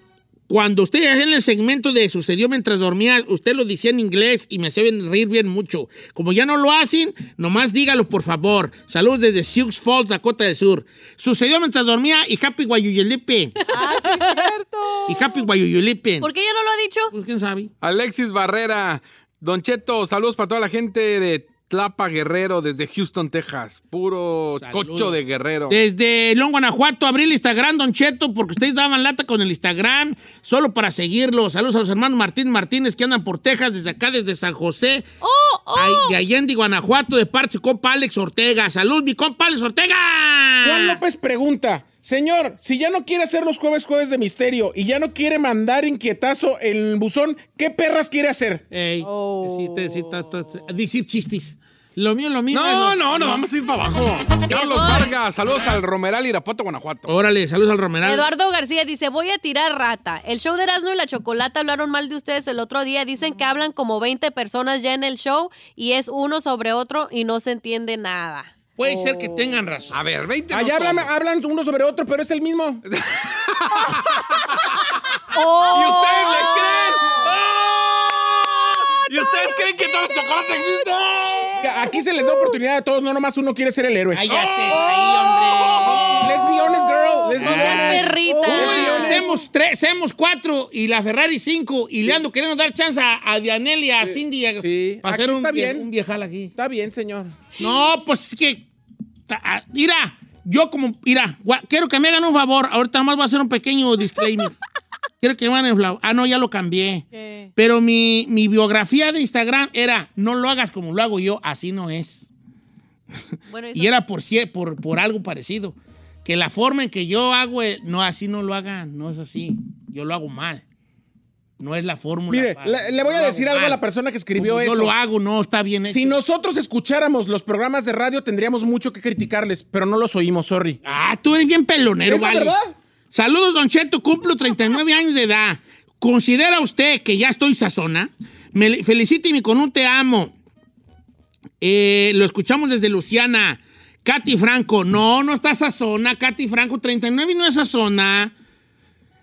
S2: cuando usted en el segmento de sucedió mientras dormía, usted lo decía en inglés y me hacía bien- reír bien mucho. Como ya no lo hacen, nomás dígalo, por favor. Saludos desde Sioux Falls, Dakota del Sur. Sucedió mientras dormía y Happy Guayuyulipe.
S14: Ah, sí, es cierto.
S2: Y Happy Guayuyulipe.
S3: ¿Por qué ya no lo ha dicho?
S2: Pues quién sabe.
S4: Alexis Barrera, Don Cheto, saludos para toda la gente de Tlapa Guerrero desde Houston, Texas. Puro
S2: Saludos.
S4: cocho de Guerrero.
S5: Eh,
S2: Desde León, Guanajuato, abrí el Instagram, Don Cheto, porque ustedes daban lata con el Instagram, solo para seguirlo. Saludos a los hermanos Martín Martínez que andan por Texas, desde acá, desde San José.
S3: ¡Oh, oh!
S2: Ay, de Allende, Guanajuato, de parte de su compa Alex Ortega. ¡Salud, mi compa Alex Ortega!
S5: Juan López pregunta, señor, si ya no quiere hacer los jueves jueves de misterio y ya no quiere mandar inquietazo el buzón, ¿qué perras quiere hacer?
S2: Ey,
S3: Oh.
S2: sí, te- sí, ta- ta- ta- decir chistes. Lo mío, lo mío.
S4: No,
S2: bueno.
S4: no, no, vamos a ir para abajo. Carlos Vargas, saludos al Romeral Irapuato, Guanajuato.
S2: Órale, saludos al Romeral.
S3: Eduardo García dice, voy a tirar rata. El show de Erasmo y la Chocolata hablaron mal de ustedes el otro día. Dicen que hablan como 20 personas ya en el show y es uno sobre otro y no se entiende nada.
S2: Puede ser que tengan razón.
S4: A ver, 20 no
S5: Allá hablan,
S4: somos.
S5: hablan uno sobre otro, pero es el mismo.
S3: Oh.
S4: ¿Y ustedes le creen? ¡Ah! ¿Y ustedes creen que todo el chocolate existe?
S5: Aquí se les da oportunidad a todos, no nomás uno quiere ser el héroe.
S2: Cállate
S3: Oh.
S2: ahí, hombre.
S5: Let's be honest, girl. Let's be
S2: Ah.
S3: No seas
S5: honest.
S3: perrita.
S2: Uy, Hacemos tres, hacemos cuatro y la Ferrari cinco y le ando queriendo dar chance a, a Dianel y a Cindy a-
S5: Sí,
S2: para
S5: aquí
S2: hacer un,
S5: está
S2: vie-
S5: bien.
S2: un viejal aquí.
S5: Está bien, señor.
S2: No, pues es que. ta- ah, Mira, yo como. Mira, gua- quiero que me hagan un favor. Ahorita nomás voy a hacer un pequeño disclaimer. quiero que me hagan el flau- Ah, no, ya lo cambié.
S14: ¿Qué?
S2: Pero mi, mi biografía de Instagram era: no lo hagas como lo hago yo, así no es.
S3: Bueno, eso-
S2: Y era por, cie- por, por algo parecido. Que la forma en que yo hago, el- no, así no lo hagan, no es así. Yo lo hago mal. No es la fórmula.
S5: Mire,
S2: para-
S5: le, le voy
S2: no
S5: a
S2: lo
S5: decir
S2: hago
S5: algo a
S2: mal.
S5: la persona que escribió
S2: Como
S5: eso.
S2: Yo lo hago, no está bien hecho.
S5: Si nosotros escucháramos los programas de radio, tendríamos mucho que criticarles, pero no los oímos, sorry.
S2: Ah, tú eres bien pelonero,
S5: ¿Es la
S2: vale.
S5: verdad?
S2: Saludos, Don Cheto. Cumplo 39 años de edad. ¿Considera usted que ya estoy sazona? Me le- felicíteme con un te amo. Eh, lo escuchamos desde Luciana. Katy Franco. No, no está sazona. Katy Franco, 39 y no es sazona.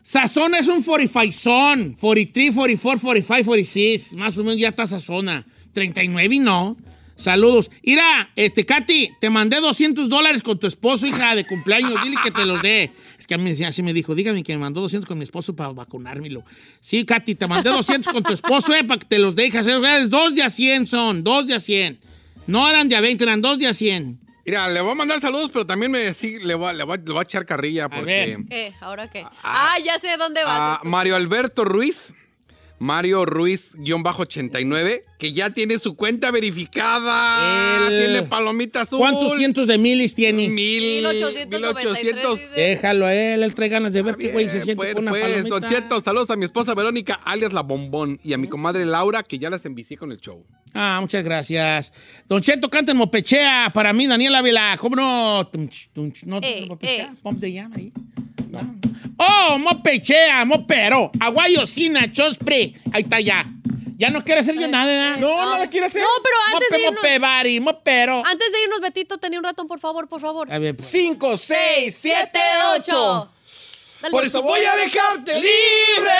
S2: Sazona es un 45son. 43, 44, 45, 46. Más o menos ya está Sazona. 39 y no. Saludos. Ira, este, Katy, te mandé 200 dólares con tu esposo, hija, de cumpleaños. Dile que te los dé. Es que a mí así me dijo, dígame que me mandó 200 con mi esposo para vacunármelo. Sí, Katy, te mandé 200 con tu esposo, eh, para que te los dé, hija. Dos de a 100 son, dos de a 100. No eran de a 20, eran dos de a 100.
S4: Mira, le voy a mandar saludos, pero también me sí, le, voy, a- le voy a- le voy a echar carrilla porque.
S3: Eh, ¿ahora qué? Ah, ya sé dónde
S4: a
S3: vas.
S4: Mario Alberto Ruiz. Mario Ruiz-89, que ya tiene su cuenta verificada.
S2: El-
S4: Tiene palomita azul.
S2: ¿Cuántos cientos de miles tiene?
S4: Mil. 1893 dice.
S2: Déjalo a él, él trae ganas de ver qué güey se siente
S4: Pues,
S2: con una
S4: pues,
S2: palomita.
S4: Don Cheto, saludos a mi esposa Verónica, alias La Bombón, y a mi comadre Laura, que ya las envicié con el show.
S2: Ah, muchas gracias. Don Cheto, canta en Mopechea para mí, Daniela Vela. ¿Cómo no? Tunch, tunch, no,
S3: Eh, eh.
S2: ¡Oh, Mopechea, Mopero! Aguayosina, Chospre. Ahí está ya. Ya no quiere hacer yo nada, ¿verdad?
S3: No, nada quiere hacer. No, pero antes de
S2: Mope,
S3: irnos-
S2: Mope, Bari, Mopero.
S3: Antes de irnos, Betito, tenía un ratón, por favor, por favor.
S2: A ver, pues.
S5: 5, 6, 7,
S3: ocho. Dale.
S5: Por eso voy a dejarte libre.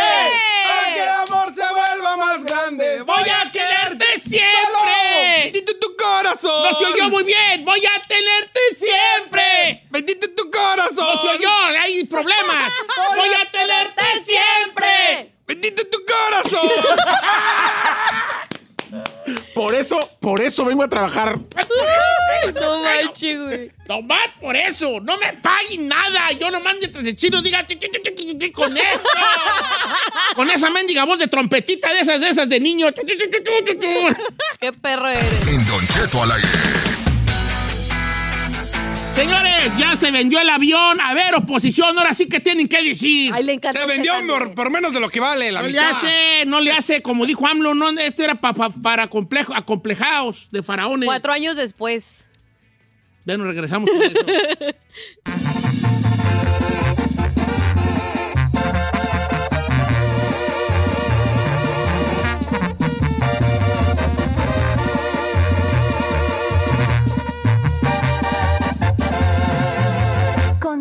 S4: Aunque el amor se vuelva más grande,
S2: ¡Eh! voy a quererte siempre.
S4: Bendito tu corazón.
S2: No se oyó muy bien. Voy a tenerte siempre.
S4: Bendito tu corazón.
S2: No se oyó. Hay problemas. Voy a tenerte siempre.
S4: Bendito tu corazón.
S5: Por eso, por eso vengo a trabajar.
S2: No manches, güey. Nomás por eso. No me paguen nada. Yo nomás mientras el chino diga "Ti, ti, ti, ti, ti, ti", con eso. con esa mendiga voz de trompetita de esas, de esas de niño.
S3: Qué perro eres.
S1: En Don Cheto al aire.
S2: Señores, ya se vendió el avión. A ver, oposición, ahora sí que tienen que decir. Ay, Pues
S3: le encanta. este
S4: Se vendió por, por menos de lo que vale la
S2: no
S4: mitad.
S2: le hace, no le hace, como dijo AMLO, no, esto era pa- pa- para complejo, acomplejados de faraones.
S3: Cuatro años después.
S2: Ya nos regresamos con eso.